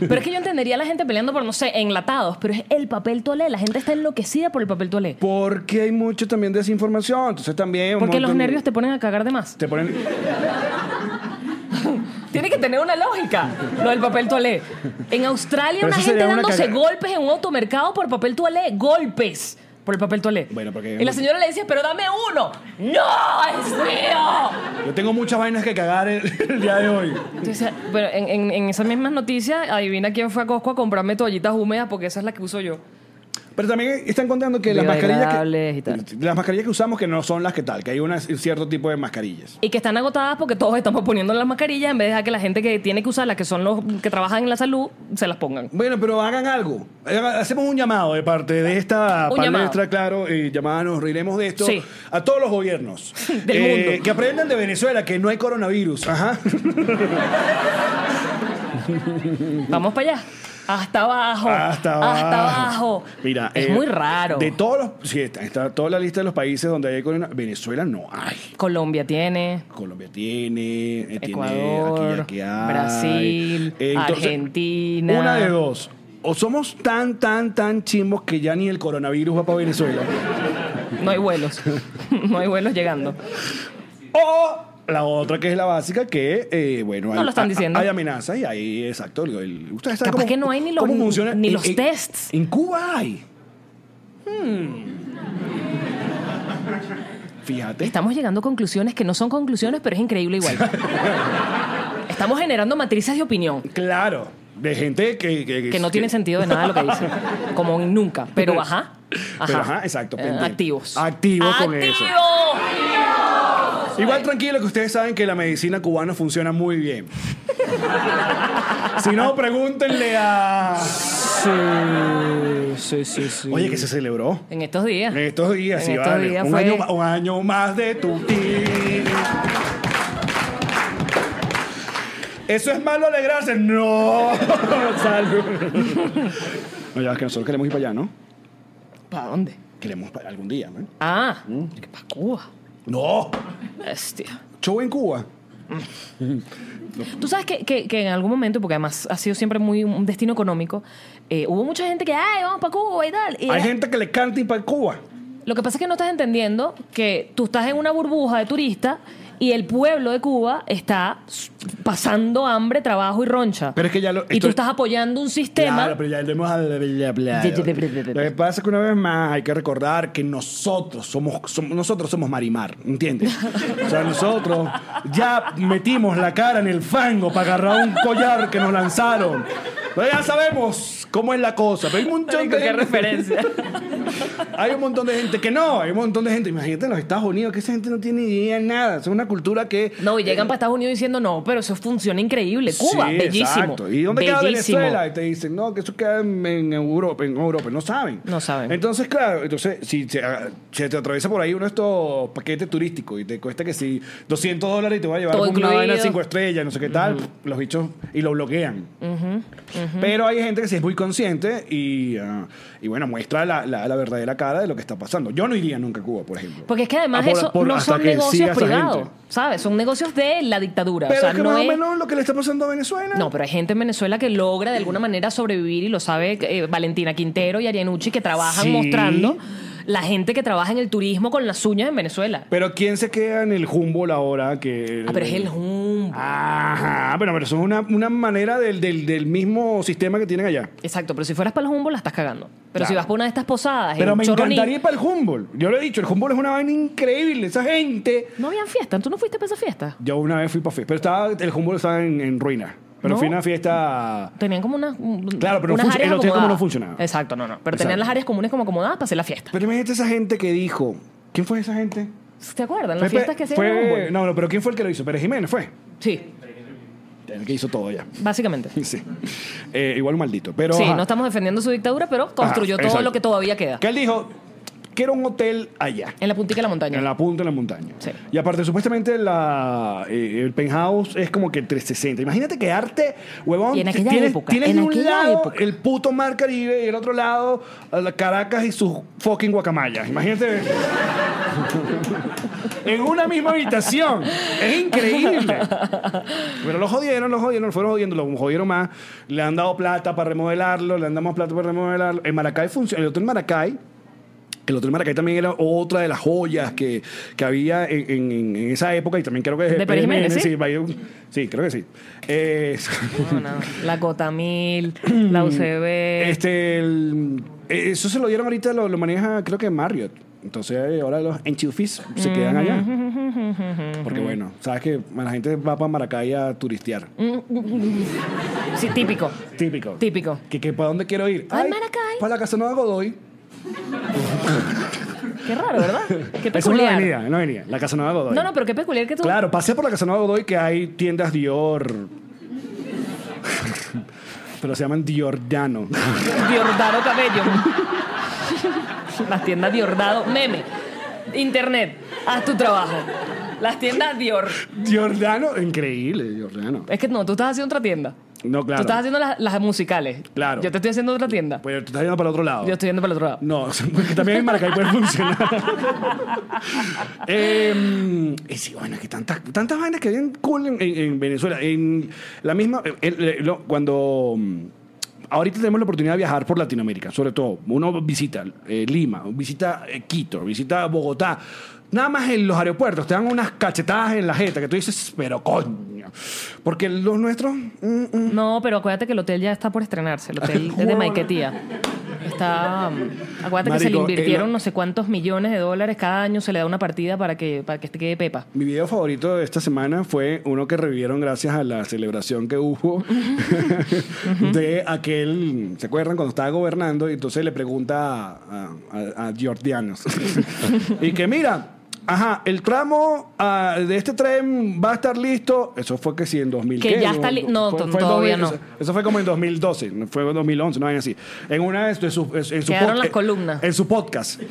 Speaker 2: Pero es que yo entendería a la gente peleando por, no sé, enlatados, pero es el papel toalé. La gente está enloquecida por el papel toalé.
Speaker 1: Porque hay mucho también desinformación. Entonces también. un
Speaker 2: Porque los
Speaker 1: montón-
Speaker 2: nervios te ponen a cagar de más.
Speaker 1: Te ponen.
Speaker 2: Tiene que tener una lógica lo del papel toalé. En Australia
Speaker 1: Pero
Speaker 2: una
Speaker 1: eso
Speaker 2: gente
Speaker 1: sería una
Speaker 2: dándose
Speaker 1: caga-
Speaker 2: golpes en un automercado por papel toalé. Golpes por el papel toalé.
Speaker 1: Bueno, porque-
Speaker 2: Y la señora le dice, pero dame uno. ¡No, es mío!
Speaker 1: Yo tengo muchas vainas que cagar el- el día de hoy.
Speaker 2: Entonces, bueno, en, en- en esas mismas noticias, adivina quién fue a Costco a comprarme toallitas húmedas porque esa es la que uso yo.
Speaker 1: Pero también están contando que las mascarillas que,
Speaker 2: Biodegradables y tal.
Speaker 1: las mascarillas que usamos que no son las que tal, que hay unas- un cierto tipo de mascarillas.
Speaker 2: Y que están agotadas porque todos estamos poniendo las mascarillas en vez de dejar que la gente que tiene que usarlas, que son los que trabajan en la salud, se las pongan.
Speaker 1: Bueno, pero hagan algo. Haga- Hacemos un llamado de parte de esta
Speaker 2: Un
Speaker 1: palestra,
Speaker 2: llamado.
Speaker 1: claro, y llamada, nos reiremos de esto.
Speaker 2: Sí.
Speaker 1: A todos los gobiernos Eh,
Speaker 2: Del mundo.
Speaker 1: Que aprendan de Venezuela que no hay coronavirus. Ajá.
Speaker 2: Vamos para allá. Hasta abajo.
Speaker 1: Hasta abajo.
Speaker 2: abajo.
Speaker 1: Mira,
Speaker 2: es
Speaker 1: eh,
Speaker 2: muy raro.
Speaker 1: De todos los. sí, está, está toda la lista de los países donde hay coronavirus. Venezuela no hay.
Speaker 2: Colombia tiene.
Speaker 1: Colombia tiene, eh, tiene, aquí,
Speaker 2: Ecuador,
Speaker 1: aquí hay. Eh,
Speaker 2: Brasil, Argentina.
Speaker 1: Una de dos. O somos tan, tan, tan chimbos que ya ni el coronavirus va para Venezuela.
Speaker 2: No hay vuelos. no hay vuelos llegando.
Speaker 1: O la otra que es la básica, que, eh, bueno,
Speaker 2: No
Speaker 1: hay,
Speaker 2: lo están
Speaker 1: a- a-
Speaker 2: diciendo.
Speaker 1: hay amenaza y ahí, exacto. el- el- ustedes saben
Speaker 2: Capaz
Speaker 1: cómo-
Speaker 2: que no hay ni los-
Speaker 1: cómo funciona.
Speaker 2: ni
Speaker 1: En-
Speaker 2: los
Speaker 1: en-
Speaker 2: tests.
Speaker 1: En Cuba hay. Hmm. Fíjate.
Speaker 2: Estamos llegando a conclusiones que no son conclusiones, pero es increíble igual. Estamos generando matrices de opinión
Speaker 1: Claro. De gente que... Que,
Speaker 2: que no tienen sentido de nada lo que dicen. Como nunca. Pero ajá. Ajá.
Speaker 1: Pero, ajá, exacto,
Speaker 2: Eh,
Speaker 1: pendiente.
Speaker 2: activos.
Speaker 1: Activos con
Speaker 2: ¡Activos!
Speaker 1: eso. Igual tranquilo que ustedes saben que la medicina cubana funciona muy bien. si no, pregúntenle a...
Speaker 2: Sí, sí, sí.
Speaker 1: Oye, que se celebró.
Speaker 2: En estos días.
Speaker 1: En estos días,
Speaker 2: En
Speaker 1: sí,
Speaker 2: estos
Speaker 1: vale.
Speaker 2: días
Speaker 1: un,
Speaker 2: fue-
Speaker 1: año, ma- un año más de tu vida. Eso es malo alegrarse. No. Salud. no, ya es que nosotros queremos ir para allá, ¿no?
Speaker 2: ¿Para dónde?
Speaker 1: Queremos para algún día, ¿no?
Speaker 2: Ah,
Speaker 1: Mm.
Speaker 2: que para Cuba.
Speaker 1: No.
Speaker 2: Hostia.
Speaker 1: Show en Cuba.
Speaker 2: Tú sabes que, que- que en algún momento, porque además ha sido siempre muy un destino económico, eh, hubo mucha gente que, ay, vamos para Cuba y tal. Y
Speaker 1: Hay
Speaker 2: era-
Speaker 1: gente que le canta y para Cuba.
Speaker 2: Lo que pasa es que no estás entendiendo que tú estás en una burbuja de turista y el pueblo de Cuba está s- pasando hambre, trabajo y roncha.
Speaker 1: Pero es que ya lo-
Speaker 2: Y tú
Speaker 1: estoy-
Speaker 2: estás apoyando un sistema.
Speaker 1: Claro, pero ya volvemos a la- la- la-
Speaker 2: Ya, ya, ya, ya, ya.
Speaker 1: Lo que pasa es que una vez más hay que recordar que nosotros somos, somos- nosotros somos Marimar, ¿entiendes? O sea, nosotros ya metimos la cara en el fango para agarrar un collar que nos lanzaron. Pero ya sabemos cómo es la cosa. Pero hay un montón
Speaker 2: Marico,
Speaker 1: de
Speaker 2: qué
Speaker 1: gente-
Speaker 2: referencia.
Speaker 1: hay un montón de gente que no, hay un montón de gente. Imagínate en los Estados Unidos que esa gente no tiene idea de nada. Es una cultura que eh,
Speaker 2: No, y llegan para Estados Unidos diciendo, no, pero eso funciona increíble. Cuba,
Speaker 1: Sí,
Speaker 2: bellísimo.
Speaker 1: exacto. ¿Y dónde queda
Speaker 2: bellísimo.
Speaker 1: Venezuela? Y te dicen, no, que eso queda en, en Europa, en Europa. No saben.
Speaker 2: No saben.
Speaker 1: Entonces, claro, entonces, si se, ah, se te atraviesa por ahí uno de estos paquetes turísticos y te cuesta que si 200 dólares y te va a llevar
Speaker 2: Todo
Speaker 1: con una
Speaker 2: incluido.
Speaker 1: vaina de 5 estrellas, no sé qué tal, los bichos y lo bloquean. Pero hay gente que sí es muy consciente y, ah, y bueno, muestra la, la- la verdadera cara de lo que está pasando. Yo no iría nunca a Cuba, por ejemplo.
Speaker 2: Porque es que además
Speaker 1: Ah, por-
Speaker 2: eso
Speaker 1: por-
Speaker 2: no
Speaker 1: hasta
Speaker 2: son
Speaker 1: que siga
Speaker 2: negocios
Speaker 1: esa gente.
Speaker 2: privados, ¿sabes? Son negocios de la dictadura.
Speaker 1: Pero
Speaker 2: o sea,
Speaker 1: es que
Speaker 2: no
Speaker 1: más
Speaker 2: es-
Speaker 1: o menos lo que le está pasando a Venezuela.
Speaker 2: No, pero hay gente en Venezuela que logra de alguna manera sobrevivir y lo sabe eh, Valentina Quintero y Arianucci que trabajan
Speaker 1: Sí.
Speaker 2: mostrando la gente que trabaja en el turismo con las uñas en Venezuela.
Speaker 1: Pero ¿quién se queda en el jumbo la hora que...
Speaker 2: Ah, pero es el jumbo.
Speaker 1: Ajá, pero, pero eso es una, una manera del, del, del mismo sistema que tienen allá.
Speaker 2: Exacto, pero si fueras para el jumbo la estás cagando. Pero si
Speaker 1: Claro.
Speaker 2: vas para una de estas posadas,
Speaker 1: Pero
Speaker 2: en
Speaker 1: me
Speaker 2: Choroní,
Speaker 1: encantaría ir para el Humboldt. Yo lo he dicho, el Humboldt es una vaina increíble. Esa gente.
Speaker 2: No habían fiesta, tú no fuiste para esa fiesta.
Speaker 1: Yo una vez fui para fiesta, pero estaba, el Humboldt estaba en, en ruina. Pero
Speaker 2: ¿No?
Speaker 1: fui a una fiesta.
Speaker 2: Tenían como una,
Speaker 1: Claro, pero no
Speaker 2: unas
Speaker 1: func- el
Speaker 2: áreas
Speaker 1: hotel como no
Speaker 2: acomodadas.
Speaker 1: funcionaba.
Speaker 2: Exacto, no, no. Pero tenían
Speaker 1: Exacto.
Speaker 2: las áreas comunes como acomodadas para hacer la fiesta.
Speaker 1: Pero imagínate esa gente que dijo. ¿Quién fue esa gente?
Speaker 2: ¿Se acuerdan? Las
Speaker 1: Fue-
Speaker 2: fiestas que hacían en el
Speaker 1: fue,
Speaker 2: Humboldt.
Speaker 1: No, no, pero ¿quién fue el que lo hizo? Pérez Jiménez fue.
Speaker 2: Sí,
Speaker 1: El que hizo todo ya.
Speaker 2: básicamente.
Speaker 1: Sí. Eh, igual un maldito. Pero,
Speaker 2: sí,
Speaker 1: ajá.
Speaker 2: no estamos defendiendo su dictadura, pero construyó
Speaker 1: Ajá,
Speaker 2: todo
Speaker 1: exacto.
Speaker 2: lo que todavía queda.
Speaker 1: Que él dijo: Quiero un hotel allá.
Speaker 2: En la puntica de la montaña.
Speaker 1: En la punta de la montaña.
Speaker 2: Sí.
Speaker 1: Y aparte, supuestamente la, eh, el penthouse es como que 360. Imagínate quedarte, huevón.
Speaker 2: Y en aquella
Speaker 1: tienes,
Speaker 2: época,
Speaker 1: Tienes
Speaker 2: en
Speaker 1: de un
Speaker 2: aquella
Speaker 1: lado
Speaker 2: época.
Speaker 1: el puto Mar Caribe y el otro lado a la Caracas y sus fucking guacamayas. Imagínate. en una misma habitación. Es increíble. Pero lo jodieron, lo jodieron, lo fueron jodiendo, lo jodieron más. Le han dado plata para remodelarlo, le han dado más plata para remodelarlo. En Maracay funciona. El hotel Maracay el Hotel Maracay también era otra de las joyas que, que había en, en- en esa época y también creo que es
Speaker 2: De Pérez Jiménez, ¿sí?
Speaker 1: Sí, sí, creo que sí. Eh,
Speaker 2: No, no. La Cotamil, la UCB.
Speaker 1: este, el- eh, eso se lo dieron ahorita, lo, lo maneja creo que Marriott. Entonces eh, ahora los enchufis
Speaker 2: Mm.
Speaker 1: se quedan allá. Porque bueno, sabes que la gente va para Maracay a turistear.
Speaker 2: Sí, típico.
Speaker 1: Típico.
Speaker 2: Mm. Típico.
Speaker 1: Que, que, ¿Para dónde quiero ir?
Speaker 2: Ay, Maracay.
Speaker 1: Para la casa nueva Godoy.
Speaker 2: Qué raro, ¿verdad? Qué
Speaker 1: Es una
Speaker 2: peculiar.
Speaker 1: avenida, una avenida. La casa nueva Godoy.
Speaker 2: no, no, pero qué peculiar que tú.
Speaker 1: Claro, pasé por la Casanova Godoy que hay tiendas Dior. Pero se llaman Diordano.
Speaker 2: Diordado Cabello. Las tiendas Diordado. Meme. Internet. Haz tu trabajo. Las tiendas Dior.
Speaker 1: Diordano, increíble, Diordano.
Speaker 2: Es que no, tú estás haciendo otra tienda.
Speaker 1: No, claro.
Speaker 2: Tú estás haciendo las, las musicales.
Speaker 1: Claro.
Speaker 2: Yo te estoy haciendo otra tienda.
Speaker 1: Pues tú estás yendo para el otro lado.
Speaker 2: Yo estoy yendo para el otro lado.
Speaker 1: No, porque también en Maracay puede funcionar. Em, y sí, bueno, es que tantas, tantas vainas que habían cool en, en- en Venezuela. En la misma. eh, el- el- lo- cuando. mm, Ahorita tenemos la oportunidad de viajar por Latinoamérica, sobre todo. Uno visita eh, Lima, visita eh, Quito, visita Bogotá. Nada más en los aeropuertos te dan unas cachetadas en la jeta que tú dices, pero coño. Porque los nuestros. mm, mm,
Speaker 2: No, pero acuérdate que el hotel ya está por estrenarse. El hotel es de Maiquetía. Está. um, acuérdate que se le
Speaker 1: Marico,
Speaker 2: invirtieron
Speaker 1: eh, lo-
Speaker 2: no sé cuántos millones de dólares. Cada año se le da una partida para que, para que te quede Pepa.
Speaker 1: Mi video favorito de esta semana fue uno que revivieron gracias a la celebración que hubo de aquel, ¿se acuerdan? Cuando estaba gobernando y entonces le pregunta a, a- a Giordianos y que mira, ajá, el tramo ah, de este tren va a estar listo, eso fue que sí, en 2000.
Speaker 2: Que
Speaker 1: ¿qué?
Speaker 2: ya está li- no,
Speaker 1: Fue-
Speaker 2: to-
Speaker 1: fue en
Speaker 2: todavía
Speaker 1: 2000,
Speaker 2: no.
Speaker 1: Eso fue como en 2012, no fue en 2011, no hay así. En una de sus... en su
Speaker 2: Quedaron
Speaker 1: pod-
Speaker 2: las columnas.
Speaker 1: En su podcast.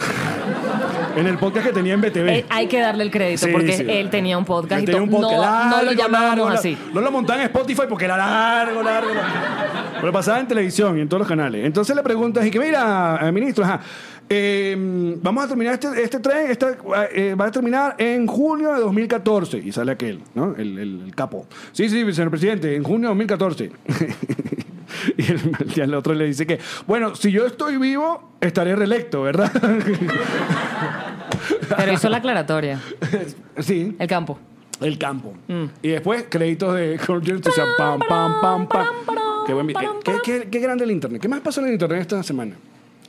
Speaker 1: en el podcast que tenía en BTV.
Speaker 2: Eh, hay que darle el crédito
Speaker 1: Sí,
Speaker 2: porque
Speaker 1: sí.
Speaker 2: él tenía un podcast
Speaker 1: Él
Speaker 2: y
Speaker 1: tenía
Speaker 2: todo.
Speaker 1: un podcast
Speaker 2: no, no lo
Speaker 1: largo, largo,
Speaker 2: llamábamos
Speaker 1: largo.
Speaker 2: así.
Speaker 1: No lo montaban en Spotify porque era largo, largo, largo. Pero pasaba en televisión y en todos los canales. Entonces le preguntas y que, mira, eh, ministro, ajá, eh, vamos a terminar este, este tren, esta, eh, va a terminar en junio de 2014. Y sale aquel, ¿no? El, el- el capo. Sí, sí, señor presidente, en junio de 2014. Y el, y el otro le dice que, bueno, si yo estoy vivo, estaré reelecto, ¿verdad?
Speaker 2: Pero hizo la aclaratoria.
Speaker 1: sí.
Speaker 2: El campo.
Speaker 1: del campo.
Speaker 2: Mm.
Speaker 1: Y después, créditos de Culture o sea, pam, pam, pam, pam. Qué, buen vi-
Speaker 2: param,
Speaker 1: eh, qué- qué- qué grande el internet. ¿Qué más pasó en el internet esta semana?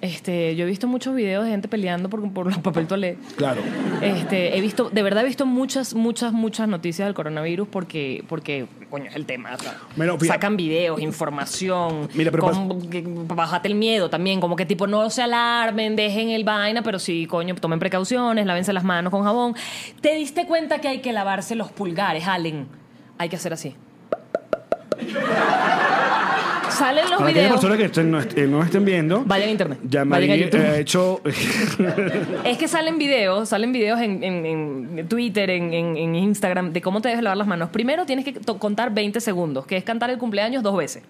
Speaker 2: Este, yo he visto muchos videos de gente peleando por, por los papel toalé.
Speaker 1: Claro.
Speaker 2: Este, he visto, de verdad he visto muchas, muchas, muchas noticias del coronavirus porque, porque coño, es el tema. o sea,
Speaker 1: Bueno, fíjate.
Speaker 2: sacan videos, información,
Speaker 1: Mira, pero
Speaker 2: con- que- bájate el miedo también, como que tipo no se alarmen, dejen el vaina, pero sí, coño, tomen precauciones, lávense las manos con jabón. ¿Te diste cuenta que hay que lavarse los pulgares, Allen? Hay que hacer así. Salen los
Speaker 1: Para aquellas
Speaker 2: videos.
Speaker 1: personas que estén- no, est- eh, no estén viendo,
Speaker 2: Vayan a internet.
Speaker 1: ya
Speaker 2: vayan
Speaker 1: María
Speaker 2: a
Speaker 1: eh,
Speaker 2: YouTube.
Speaker 1: ha hecho.
Speaker 2: Es que salen videos, salen videos en, en- en Twitter, en, en- en Instagram, de cómo te debes lavar las manos. Primero tienes que to- contar 20 segundos, que es cantar el cumpleaños dos veces.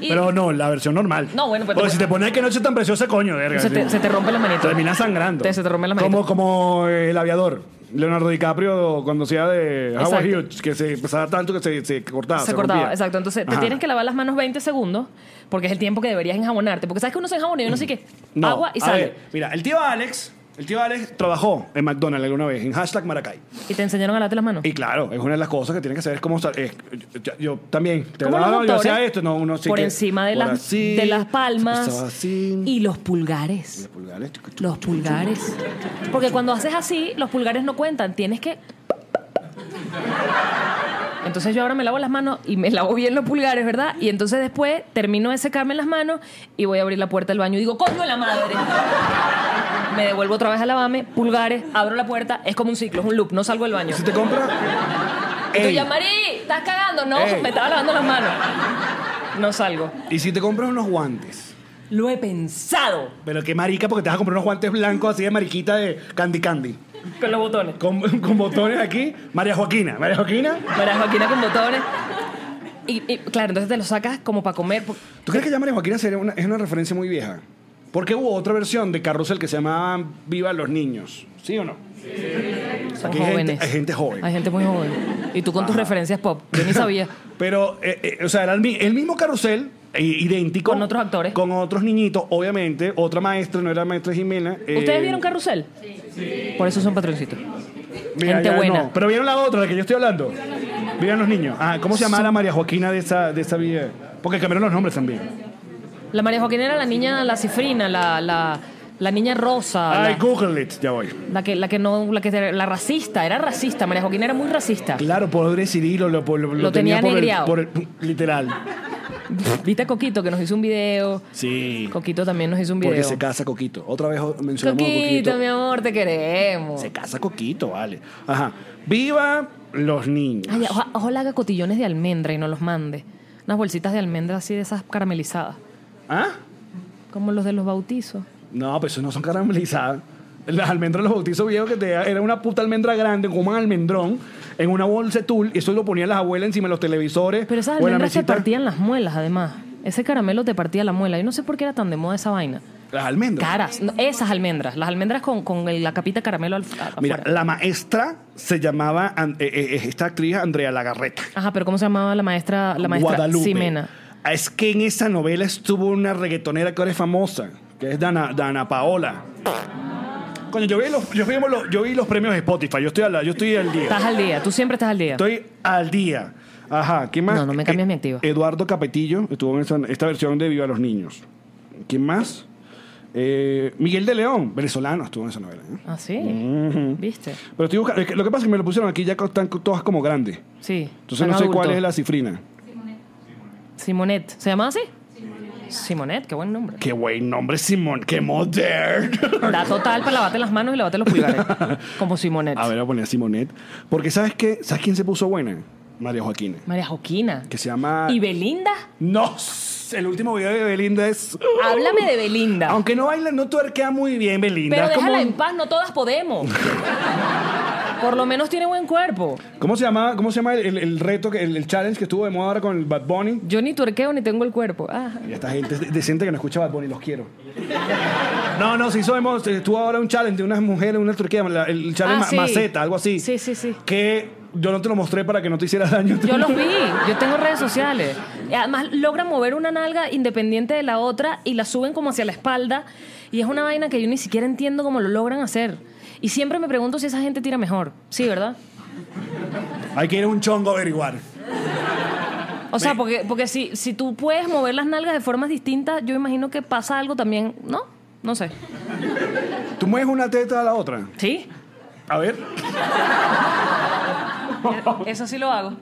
Speaker 2: Y
Speaker 1: pero no, la versión normal.
Speaker 2: No, bueno, pero-
Speaker 1: Porque si te pones que noche tan preciosa, coño, verga.
Speaker 2: se, te,
Speaker 1: sí.
Speaker 2: se te rompe la manito.
Speaker 1: Terminas sangrando.
Speaker 2: Te- se te rompe la manito.
Speaker 1: Como, como eh, el aviador. Leonardo DiCaprio cuando hacía de Howard
Speaker 2: Exacto.
Speaker 1: Hughes, que se pesaba tanto que se, se cortaba.
Speaker 2: se cortaba,
Speaker 1: rompía.
Speaker 2: exacto. Entonces te
Speaker 1: Ajá.
Speaker 2: tienes que lavar las manos 20 segundos, porque es el tiempo que deberías enjabonarte. Porque sabes que uno se enjabona y uno sí que
Speaker 1: No,
Speaker 2: agua y
Speaker 1: a
Speaker 2: sale.
Speaker 1: ver, mira, el tío Alex, el tío Alex trabajó en McDonald's alguna vez, en hashtag Maracay.
Speaker 2: Y te enseñaron a lavarte las manos.
Speaker 1: Y claro, es una de las cosas que tienes que saber es cómo sal- eh, yo, yo también, te
Speaker 2: Como los
Speaker 1: daba- yo
Speaker 2: doctores,
Speaker 1: hacía esto, no, uno sí
Speaker 2: por
Speaker 1: que-
Speaker 2: encima de,
Speaker 1: por
Speaker 2: las,
Speaker 1: así,
Speaker 2: de las
Speaker 1: se
Speaker 2: palmas
Speaker 1: pasaba así,
Speaker 2: y los pulgares.
Speaker 1: los pulgares, tuc, tuc,
Speaker 2: Los pulgares. Porque cuando haces así, los pulgares no cuentan. Tienes que. Entonces yo ahora me lavo las manos y me lavo bien los pulgares, ¿verdad? Y entonces después termino de secarme las manos y voy a abrir la puerta del baño y digo, ¡coño la madre! Me devuelvo otra vez a lavarme, pulgares, abro la puerta, es como un ciclo, es un loop, no salgo del baño.
Speaker 1: Si te compras.
Speaker 2: Tú
Speaker 1: Ey,
Speaker 2: ya, Mari, estás cagando, no,
Speaker 1: Ey.
Speaker 2: me estaba lavando las manos. No salgo.
Speaker 1: y si te compras unos guantes.
Speaker 2: Lo he pensado
Speaker 1: Pero qué marica, porque te vas a comprar unos guantes blancos así de mariquita de Candy Candy.
Speaker 2: con los botones.
Speaker 1: Con, con botones aquí. María Joaquina. María Joaquina.
Speaker 2: María Joaquina con botones. Y, y, claro, entonces te lo sacas como para comer. por-
Speaker 1: ¿Tú crees que ya María Joaquina sería una, es una referencia muy vieja? Porque hubo otra versión de Carrusel que se llamaba Viva los Niños. ¿Sí o no?
Speaker 2: Son
Speaker 1: Aquí hay gente-
Speaker 2: jóvenes.
Speaker 1: hay gente joven.
Speaker 2: Hay gente muy joven. Y tú con tus referencias pop. Yo ni sabía.
Speaker 1: Pero, eh, eh, o sea, era el, mi- el mismo carrusel, eh, idéntico.
Speaker 2: Con otros actores.
Speaker 1: Con otros niñitos, obviamente. Otra maestra, no era maestra Jimena. eh,
Speaker 2: ¿Ustedes vieron Carrusel? Sí. Por eso son patroncitos.
Speaker 1: mira,
Speaker 2: gente
Speaker 1: ya
Speaker 2: buena.
Speaker 1: no. Pero vieron la otra, la que yo estoy hablando. Vieron los niños. Ah, ¿cómo se llamaba la María Joaquina de esa, de esa vida? Porque cambiaron los nombres también.
Speaker 2: La María Joaquina era la niña, la cifrina, la, la, la niña rosa.
Speaker 1: Ay,
Speaker 2: la-
Speaker 1: Google it. Ya voy.
Speaker 2: la, que, la que no, la que era- la racista, era racista. María Joaquina era muy racista.
Speaker 1: Claro, pobre Cirilo lo, lo,
Speaker 2: Lo tenía
Speaker 1: por, el,
Speaker 2: negreado.
Speaker 1: por el- Literal.
Speaker 2: ¿Viste a Coquito que nos hizo un video?
Speaker 1: Sí.
Speaker 2: Coquito también nos hizo un video.
Speaker 1: Porque se casa Coquito. Otra vez mencionamos a
Speaker 2: Coquito,
Speaker 1: Coquito.
Speaker 2: mi amor, te queremos.
Speaker 1: Se casa Coquito, vale. Ajá. Viva los niños.
Speaker 2: Ay, oja- ojalá haga cotillones de almendra y no los mande. Unas bolsitas de almendra así de esas caramelizadas.
Speaker 1: ¿Ah?
Speaker 2: Como los de los bautizos.
Speaker 1: No, pues esos no son caramelizadas. Las almendras de los bautizos viejos que te era una puta almendra grande como un almendrón en una bolsa de tul y eso lo ponían las abuelas encima de los televisores.
Speaker 2: Pero esas
Speaker 1: o en la
Speaker 2: almendras te
Speaker 1: mesita.
Speaker 2: partían las muelas, además. Ese caramelo te partía la muela. Yo no sé por qué era tan de moda esa vaina.
Speaker 1: Las almendras.
Speaker 2: Caras. no, esas almendras. Las almendras con, con el- la capita de caramelo al, a-
Speaker 1: Mira,
Speaker 2: afuera.
Speaker 1: la maestra se llamaba an- eh, eh, esta actriz Andrea Lagarreta.
Speaker 2: Ajá, pero ¿cómo se llamaba la maestra? La maestra
Speaker 1: Guadalupe.
Speaker 2: Ximena.
Speaker 1: Ah, Es que en esa novela estuvo una reggaetonera que ahora es famosa, que es Dana, Dana Paola. Coño, yo vi los, yo vi los, yo vi los premios de Spotify, yo estoy, al, yo estoy al día.
Speaker 2: Estás al día. Tú siempre estás al día.
Speaker 1: Estoy al día. Ajá, ¿quién más? E-
Speaker 2: No, no me cambies mi activa.
Speaker 1: Eduardo Capetillo estuvo en esa- esta versión de Viva los Niños. ¿Quién más? Eh, Miguel de León, venezolano, estuvo en esa novela. ¿eh?
Speaker 2: ¿Ah, sí? ¿Viste?
Speaker 1: Pero estoy buscando, es que lo que pasa es que me lo pusieron aquí, ya co- están co- todas como grandes.
Speaker 2: Sí.
Speaker 1: Entonces
Speaker 2: son
Speaker 1: no sé cuál
Speaker 2: adultos.
Speaker 1: es la cifrina.
Speaker 2: Simonet. ¿Se llamaba así? Simonet. Simonet, qué buen nombre.
Speaker 1: Qué buen nombre, Simón, qué moderno.
Speaker 2: Da total para lavarte las manos y lavarte los pulgares. como Simonet.
Speaker 1: A ver, voy a poner Simonet. Porque ¿sabes qué? ¿Sabes quién se puso buena? María Joaquina.
Speaker 2: María Joaquina.
Speaker 1: Que se llama...
Speaker 2: ¿Y Belinda?
Speaker 1: No, el último video de Belinda es...
Speaker 2: Háblame de Belinda.
Speaker 1: Aunque no baila, no tuerquea muy bien Belinda.
Speaker 2: Pero
Speaker 1: Es como
Speaker 2: déjala
Speaker 1: un-
Speaker 2: en paz, no todas podemos. Por lo menos tiene buen cuerpo.
Speaker 1: ¿Cómo se llama, cómo se llama el, el- el reto, que- el, el challenge que estuvo de moda ahora con el Bad Bunny?
Speaker 2: Yo ni tuerqueo ni tengo el cuerpo. Ah.
Speaker 1: Y esta gente es decente que no escucha Bad Bunny, los quiero. No, no, si somos, estuvo ahora un challenge de unas mujeres, una turquía, la- el challenge
Speaker 2: Ah,
Speaker 1: ma-
Speaker 2: sí.
Speaker 1: maceta, algo así.
Speaker 2: Sí, sí, sí.
Speaker 1: Que yo no te lo mostré para que no te hicieras daño.
Speaker 2: Yo los vi, yo tengo redes sociales. Y además logra mover una nalga independiente de la otra y la suben como hacia la espalda. Y es una vaina que yo ni siquiera entiendo cómo lo logran hacer. Y siempre me pregunto si esa gente tira mejor. Sí, ¿verdad?
Speaker 1: Hay que ir a un chongo a averiguar.
Speaker 2: O sea, porque, porque si, si tú puedes mover las nalgas de formas distintas, yo imagino que pasa algo también, ¿no? No sé.
Speaker 1: ¿Tú mueves una teta a la otra?
Speaker 2: ¿Sí?
Speaker 1: A ver.
Speaker 2: Eso sí lo hago.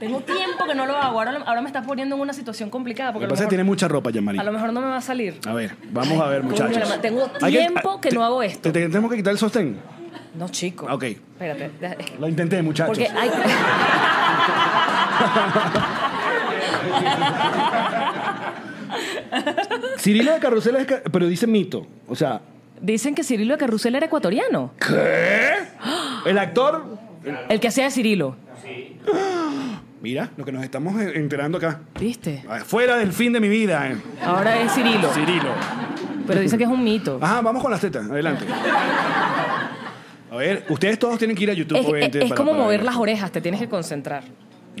Speaker 2: Tengo tiempo que no lo hago. Ahora, ahora me estás poniendo en una situación complicada
Speaker 1: Lo
Speaker 2: porque
Speaker 1: que
Speaker 2: a lo,
Speaker 1: pasa es que tiene
Speaker 2: mejor,
Speaker 1: mucha ropa, Yamari.
Speaker 2: a lo mejor no me va a salir.
Speaker 1: A ver, vamos a ver,
Speaker 2: Coño,
Speaker 1: muchachos.
Speaker 2: la- tengo
Speaker 1: Hay
Speaker 2: tiempo que
Speaker 1: te-
Speaker 2: no hago
Speaker 1: te-
Speaker 2: esto.
Speaker 1: te- tenemos que quitar el sostén.
Speaker 2: No, chico.
Speaker 1: Ok.
Speaker 2: Espérate. deja- es que-
Speaker 1: Lo intenté, muchachos.
Speaker 2: Porque hay...
Speaker 1: Cirilo de Carrusel es... ca- Pero dice mito. O sea,
Speaker 2: Dicen que Cirilo de Carrusel era ecuatoriano.
Speaker 1: el actor...
Speaker 2: El que hacía de Cirilo.
Speaker 1: Mira, lo que nos estamos eh, enterando acá.
Speaker 2: ¿Viste?
Speaker 1: Fuera del fin de mi vida, eh.
Speaker 2: Ahora es Cirilo.
Speaker 1: Cirilo.
Speaker 2: Pero dicen que es un mito.
Speaker 1: Ajá, vamos con las tetas. Adelante. A ver, ustedes todos tienen que ir a YouTube.
Speaker 2: es,
Speaker 1: obviamente,
Speaker 2: es- es
Speaker 1: para-
Speaker 2: como
Speaker 1: para
Speaker 2: mover
Speaker 1: ver.
Speaker 2: las orejas, te tienes que concentrar.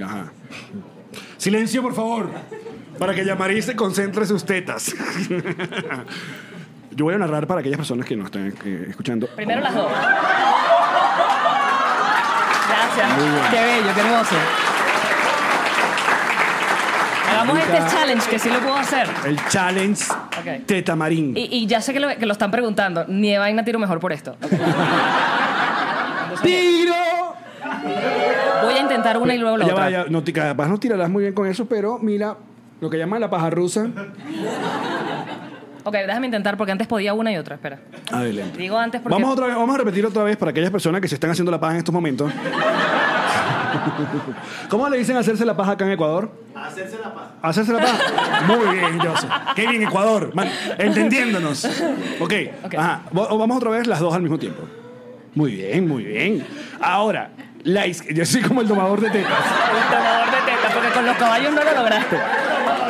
Speaker 1: Ajá. Silencio, por favor. Para que Yamari se concentre sus tetas. Yo voy a narrar para aquellas personas que no están eh, escuchando.
Speaker 2: Primero las dos. Gracias. Qué bello, qué hermoso. Hagamos este
Speaker 1: Ahorita-
Speaker 2: challenge, que sí lo puedo hacer.
Speaker 1: El challenge
Speaker 2: Ok.
Speaker 1: tetamarín.
Speaker 2: Y, y ya sé que lo, que lo están preguntando. Ni de vaina tiro mejor por esto.
Speaker 1: ¡Tiro!
Speaker 2: Voy a intentar una y luego la
Speaker 1: ya
Speaker 2: otra.
Speaker 1: va, ya, no, te- capaz no tirarás muy bien con eso, pero mira, lo que llaman la paja rusa.
Speaker 2: Ok, déjame intentar porque antes podía una y otra. Espera.
Speaker 1: Adelante.
Speaker 2: Digo antes porque.
Speaker 1: Vamos, otra vez, vamos a repetir otra vez para aquellas personas que se están haciendo la paja en estos momentos. ¿Cómo le dicen hacerse la paja acá en Ecuador? Hacerse la paja. Hacerse la paja. Muy bien, José. Qué bien, Ecuador. Man- entendiéndonos. Ok.
Speaker 2: Ok.
Speaker 1: Ajá. Va- Vamos otra vez las dos al mismo tiempo. Muy bien, muy bien. Ahora, la iz- yo soy como el domador de tetas.
Speaker 2: Un tomador de teta, porque con los caballos no lo lograste.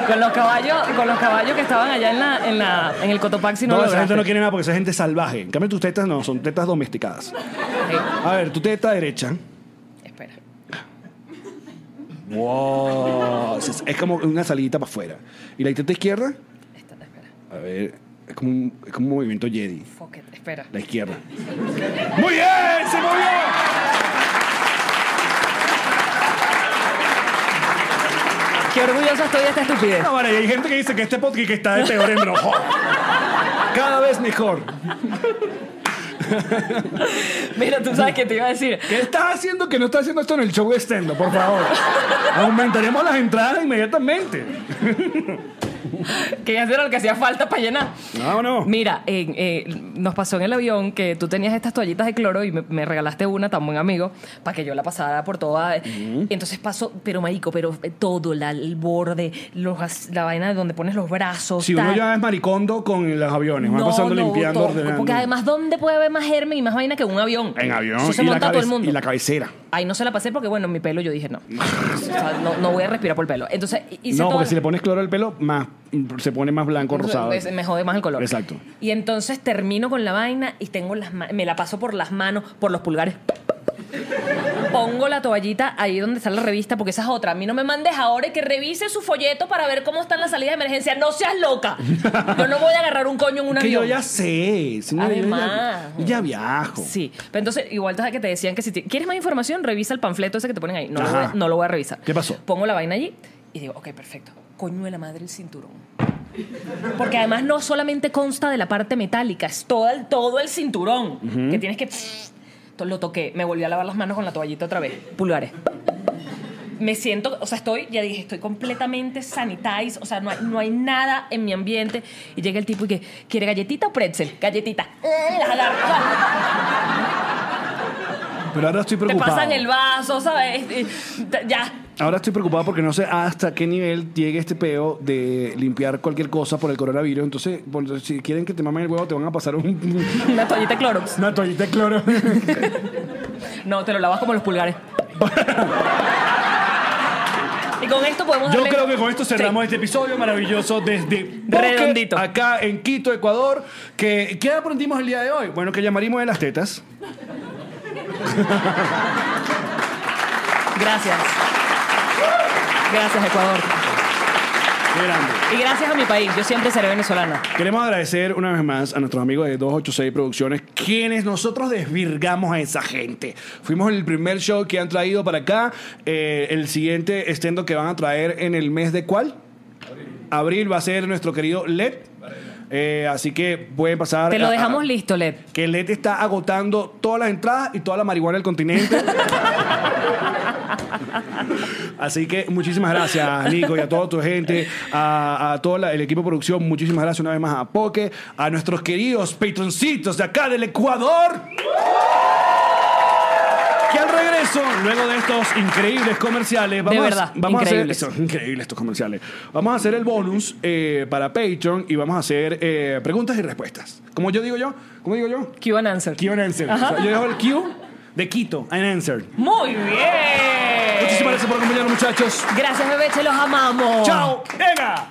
Speaker 2: Con los caballos, con los caballos que estaban allá en la, en la, en el Cotopaxi no,
Speaker 1: No,
Speaker 2: lo
Speaker 1: esa gente
Speaker 2: lograste.
Speaker 1: no quiere nada porque esa gente es salvaje. En cambio, tus tetas no, son tetas domesticadas.
Speaker 2: Ok,
Speaker 1: A ver, tu teta derecha.
Speaker 2: espera.
Speaker 1: Wow. Es, es como una salidita para afuera. ¿Y la teta izquierda?
Speaker 2: Esta, espera.
Speaker 1: A ver, es como un, es como un movimiento Jedi.
Speaker 2: Fuck it, espera.
Speaker 1: La izquierda. ¡Muy bien! ¡Se movió!
Speaker 2: Qué orgullosa estoy de esta estupidez.
Speaker 1: No, vale, y hay gente que dice que este podcast está de peor en rojo. Cada vez mejor.
Speaker 2: Mira, tú sabes que te iba a decir.
Speaker 1: ¿Qué estás haciendo que no estás haciendo esto en el show de stand por favor? Aumentaremos las entradas inmediatamente.
Speaker 2: Que ya era lo que hacía falta para llenar.
Speaker 1: No, no.
Speaker 2: Mira, en, eh, nos pasó en el avión que tú tenías estas toallitas de cloro y me, me regalaste una, tan buen amigo, para que yo la pasara por toda. Y entonces paso, pero marico, pero eh, todo, la- el borde, los, as- la vaina donde pones los brazos.
Speaker 1: Si uno
Speaker 2: tal.
Speaker 1: ya es maricondo con los aviones, van
Speaker 2: No,
Speaker 1: pasando
Speaker 2: no,
Speaker 1: limpiando,
Speaker 2: todo.
Speaker 1: ordenando.
Speaker 2: Porque además, ¿dónde puede haber más germen y más vaina que un avión?
Speaker 1: en avión
Speaker 2: Eso se
Speaker 1: y, la
Speaker 2: monta todo el
Speaker 1: cabe-
Speaker 2: mundo.
Speaker 1: y la cabecera.
Speaker 2: Ahí no se la pasé porque, bueno, en mi pelo yo dije no. O sea, no, no voy a respirar por el pelo. Entonces, hice
Speaker 1: no,
Speaker 2: toda
Speaker 1: porque
Speaker 2: la-
Speaker 1: si le pones cloro al pelo, más, se pone más blanco, rosado.
Speaker 2: es- me jode más el color.
Speaker 1: Exacto.
Speaker 2: Y entonces termino con la vaina y tengo las ma- me la paso por las manos, por los pulgares. Pongo la toallita ahí donde está la revista, porque esa es otra. A mí no me mandes ahora y que revise su folleto para ver cómo están las salidas de emergencia. ¡No seas loca! Yo no voy a agarrar un coño en un
Speaker 1: que
Speaker 2: avión.
Speaker 1: yo ya sé. señora, yo ya,
Speaker 2: Además.
Speaker 1: yo ya viajo.
Speaker 2: Sí, pero entonces igual te- que te decían que si te- quieres más información, revisa el panfleto ese que te ponen ahí. No lo,
Speaker 1: Ajá.
Speaker 2: voy a, no lo voy a revisar.
Speaker 1: ¿Qué pasó?
Speaker 2: Pongo la vaina allí y digo, ok, perfecto. Coño de la madre el cinturón. Porque además no solamente consta de la parte metálica, es todo el, todo el cinturón que tienes que... Entonces lo toqué, me volví a lavar las manos con la toallita otra vez, pulgares. Me siento, o sea, estoy, ya dije, estoy completamente sanitized, o sea, no hay, no hay nada en mi ambiente. Y llega el tipo y que, ¿quiere galletita o pretzel? Galletita. Mm, Las agarro. O sea,
Speaker 1: Pero ahora estoy
Speaker 2: te
Speaker 1: preocupado.
Speaker 2: pasan el vaso, ¿sabes? Y- te- ya.
Speaker 1: Ahora estoy preocupado porque no sé hasta qué nivel llegue este peo de limpiar cualquier cosa por el coronavirus. Entonces, bueno, si quieren que te mamen el huevo, te van a pasar un-
Speaker 2: Una toallita de Clorox.
Speaker 1: una toallita de cloro.
Speaker 2: No, te lo lavas como los pulgares. y con esto podemos
Speaker 1: Yo
Speaker 2: darle-
Speaker 1: creo que con esto cerramos
Speaker 2: Sí.
Speaker 1: este episodio maravilloso desde Boquer,
Speaker 2: Redondito.
Speaker 1: acá en Quito, Ecuador. Que, ¿Qué aprendimos el día de hoy? Bueno, que llamaríamos de las tetas.
Speaker 2: Gracias. Gracias, Ecuador.
Speaker 1: Qué grande.
Speaker 2: Y gracias a mi país, yo siempre seré venezolana.
Speaker 1: Queremos agradecer una vez más a nuestros amigos de 286 Producciones, quienes nosotros desvirgamos a esa gente. Fuimos el primer show que han traído para acá. eh, el siguiente estendo que van a traer en el mes de cuál? Abril. va a ser nuestro querido LED. Eh, así que pueden pasar.
Speaker 2: Te lo
Speaker 1: a-
Speaker 2: dejamos
Speaker 1: a-
Speaker 2: listo, Led.
Speaker 1: Que LED está agotando todas las entradas y toda la marihuana del continente. Así que muchísimas gracias, Nico, y a toda tu gente, a, a todo la- el equipo de producción. Muchísimas gracias una vez más a Poke, a nuestros queridos patroncitos de acá del Ecuador. Que al regreso, luego de estos increíbles comerciales, vamos, a-
Speaker 2: verdad,
Speaker 1: vamos
Speaker 2: increíbles.
Speaker 1: a hacer. Son increíbles estos comerciales. Vamos a hacer el bonus eh, para Patreon y vamos a hacer eh, preguntas y respuestas. Como yo digo yo, ¿cómo digo yo?
Speaker 2: Q and answer.
Speaker 1: Q and answer. O sea, yo dejo el Q de Quito, and answer.
Speaker 2: Muy bien.
Speaker 1: Muchísimas gracias por acompañarnos, muchachos.
Speaker 2: Gracias, Bebeche, los amamos.
Speaker 1: Chao, venga.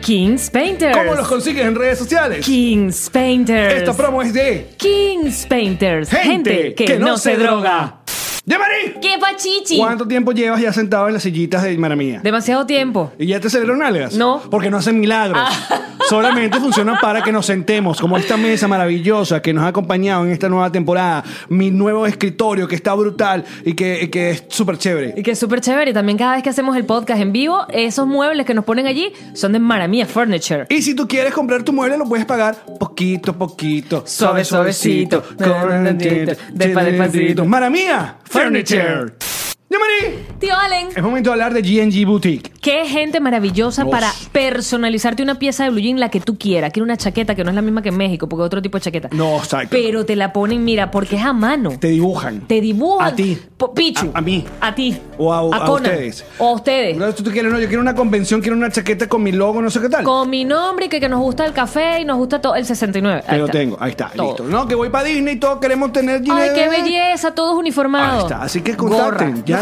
Speaker 2: Kings Painters.
Speaker 1: ¿Cómo los consigues en redes sociales?
Speaker 2: Kings Painters.
Speaker 1: Esta promo es de
Speaker 2: Kings Painters.
Speaker 1: gente, que, no, se droga. ¡Yamari!
Speaker 2: ¡Qué pachichi!
Speaker 1: ¿Cuánto tiempo llevas ya sentado en las sillitas de Maramía?
Speaker 2: Demasiado tiempo.
Speaker 1: ¿Y ya te salieron algas?
Speaker 2: No. Ah.
Speaker 1: Porque no hacen milagros. Solamente funcionan para que nos sentemos, como esta mesa maravillosa que nos ha acompañado en esta nueva temporada. Mi nuevo escritorio que está brutal y que, y que es súper
Speaker 2: Y
Speaker 1: chévere.
Speaker 2: que es súper chévere. Y también cada vez que hacemos el podcast en vivo, esos muebles que nos ponen allí son de Maramia Furniture.
Speaker 1: Y si tú quieres comprar tu mueble, lo puedes pagar poquito a poquito.
Speaker 2: Suave, suavecito. Despa- despacito.
Speaker 1: Maramía Furniture. Yamari,
Speaker 2: Tío Allen.
Speaker 1: es momento de hablar de GNG Boutique.
Speaker 2: Qué gente maravillosa
Speaker 1: Nos.
Speaker 2: para personalizarte una pieza de blue jean la que tú quieras. Quiero una chaqueta que no es la misma que en México, porque es otro tipo de chaqueta.
Speaker 1: No, exacto.
Speaker 2: Pero te la ponen, mira, porque es a mano.
Speaker 1: Te dibujan.
Speaker 2: Te dibujan.
Speaker 1: A ti.
Speaker 2: Po- Pichu.
Speaker 1: A- a mí.
Speaker 2: A ti.
Speaker 1: O a- a
Speaker 2: Conan.
Speaker 1: ustedes.
Speaker 2: O a ustedes.
Speaker 1: No, tú, tú quieres, no, yo quiero una convención, quiero una chaqueta con mi logo, no sé qué tal.
Speaker 2: Con mi nombre y que, que nos gusta el café y nos gusta todo el 69.
Speaker 1: Te
Speaker 2: Ahí
Speaker 1: lo
Speaker 2: está.
Speaker 1: tengo, ahí está,
Speaker 2: Todo.
Speaker 1: listo. No, que voy para Disney y todos queremos tener
Speaker 2: Ay,
Speaker 1: dinero.
Speaker 2: qué belleza, todos uniformados.
Speaker 1: Ahí está, así que contacten,
Speaker 2: Gorra.
Speaker 1: ya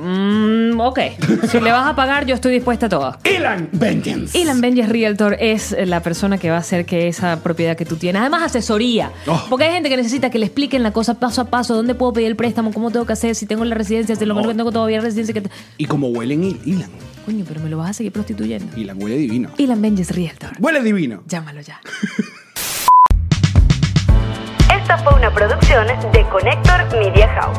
Speaker 2: Mm, ok. Si le vas a pagar, yo estoy dispuesta a todo.
Speaker 1: Elan Vengeance.
Speaker 2: Elan Benjes Realtor es la persona que va a hacer que esa propiedad que tú tienes, además asesoría,
Speaker 1: Oh.
Speaker 2: porque hay gente que necesita que le expliquen la cosa paso a paso, dónde puedo pedir el préstamo, cómo tengo que hacer, si tengo la residencia, si lo mejor que tengo todavía residencia que te-
Speaker 1: Y como huelen Il- Elan.
Speaker 2: coño, pero me lo vas a seguir prostituyendo.
Speaker 1: Elan huele divino.
Speaker 2: Elan Benjes Realtor,
Speaker 1: Huele divino.
Speaker 2: llámalo ya.
Speaker 6: Esta fue una producción de Connector Media House.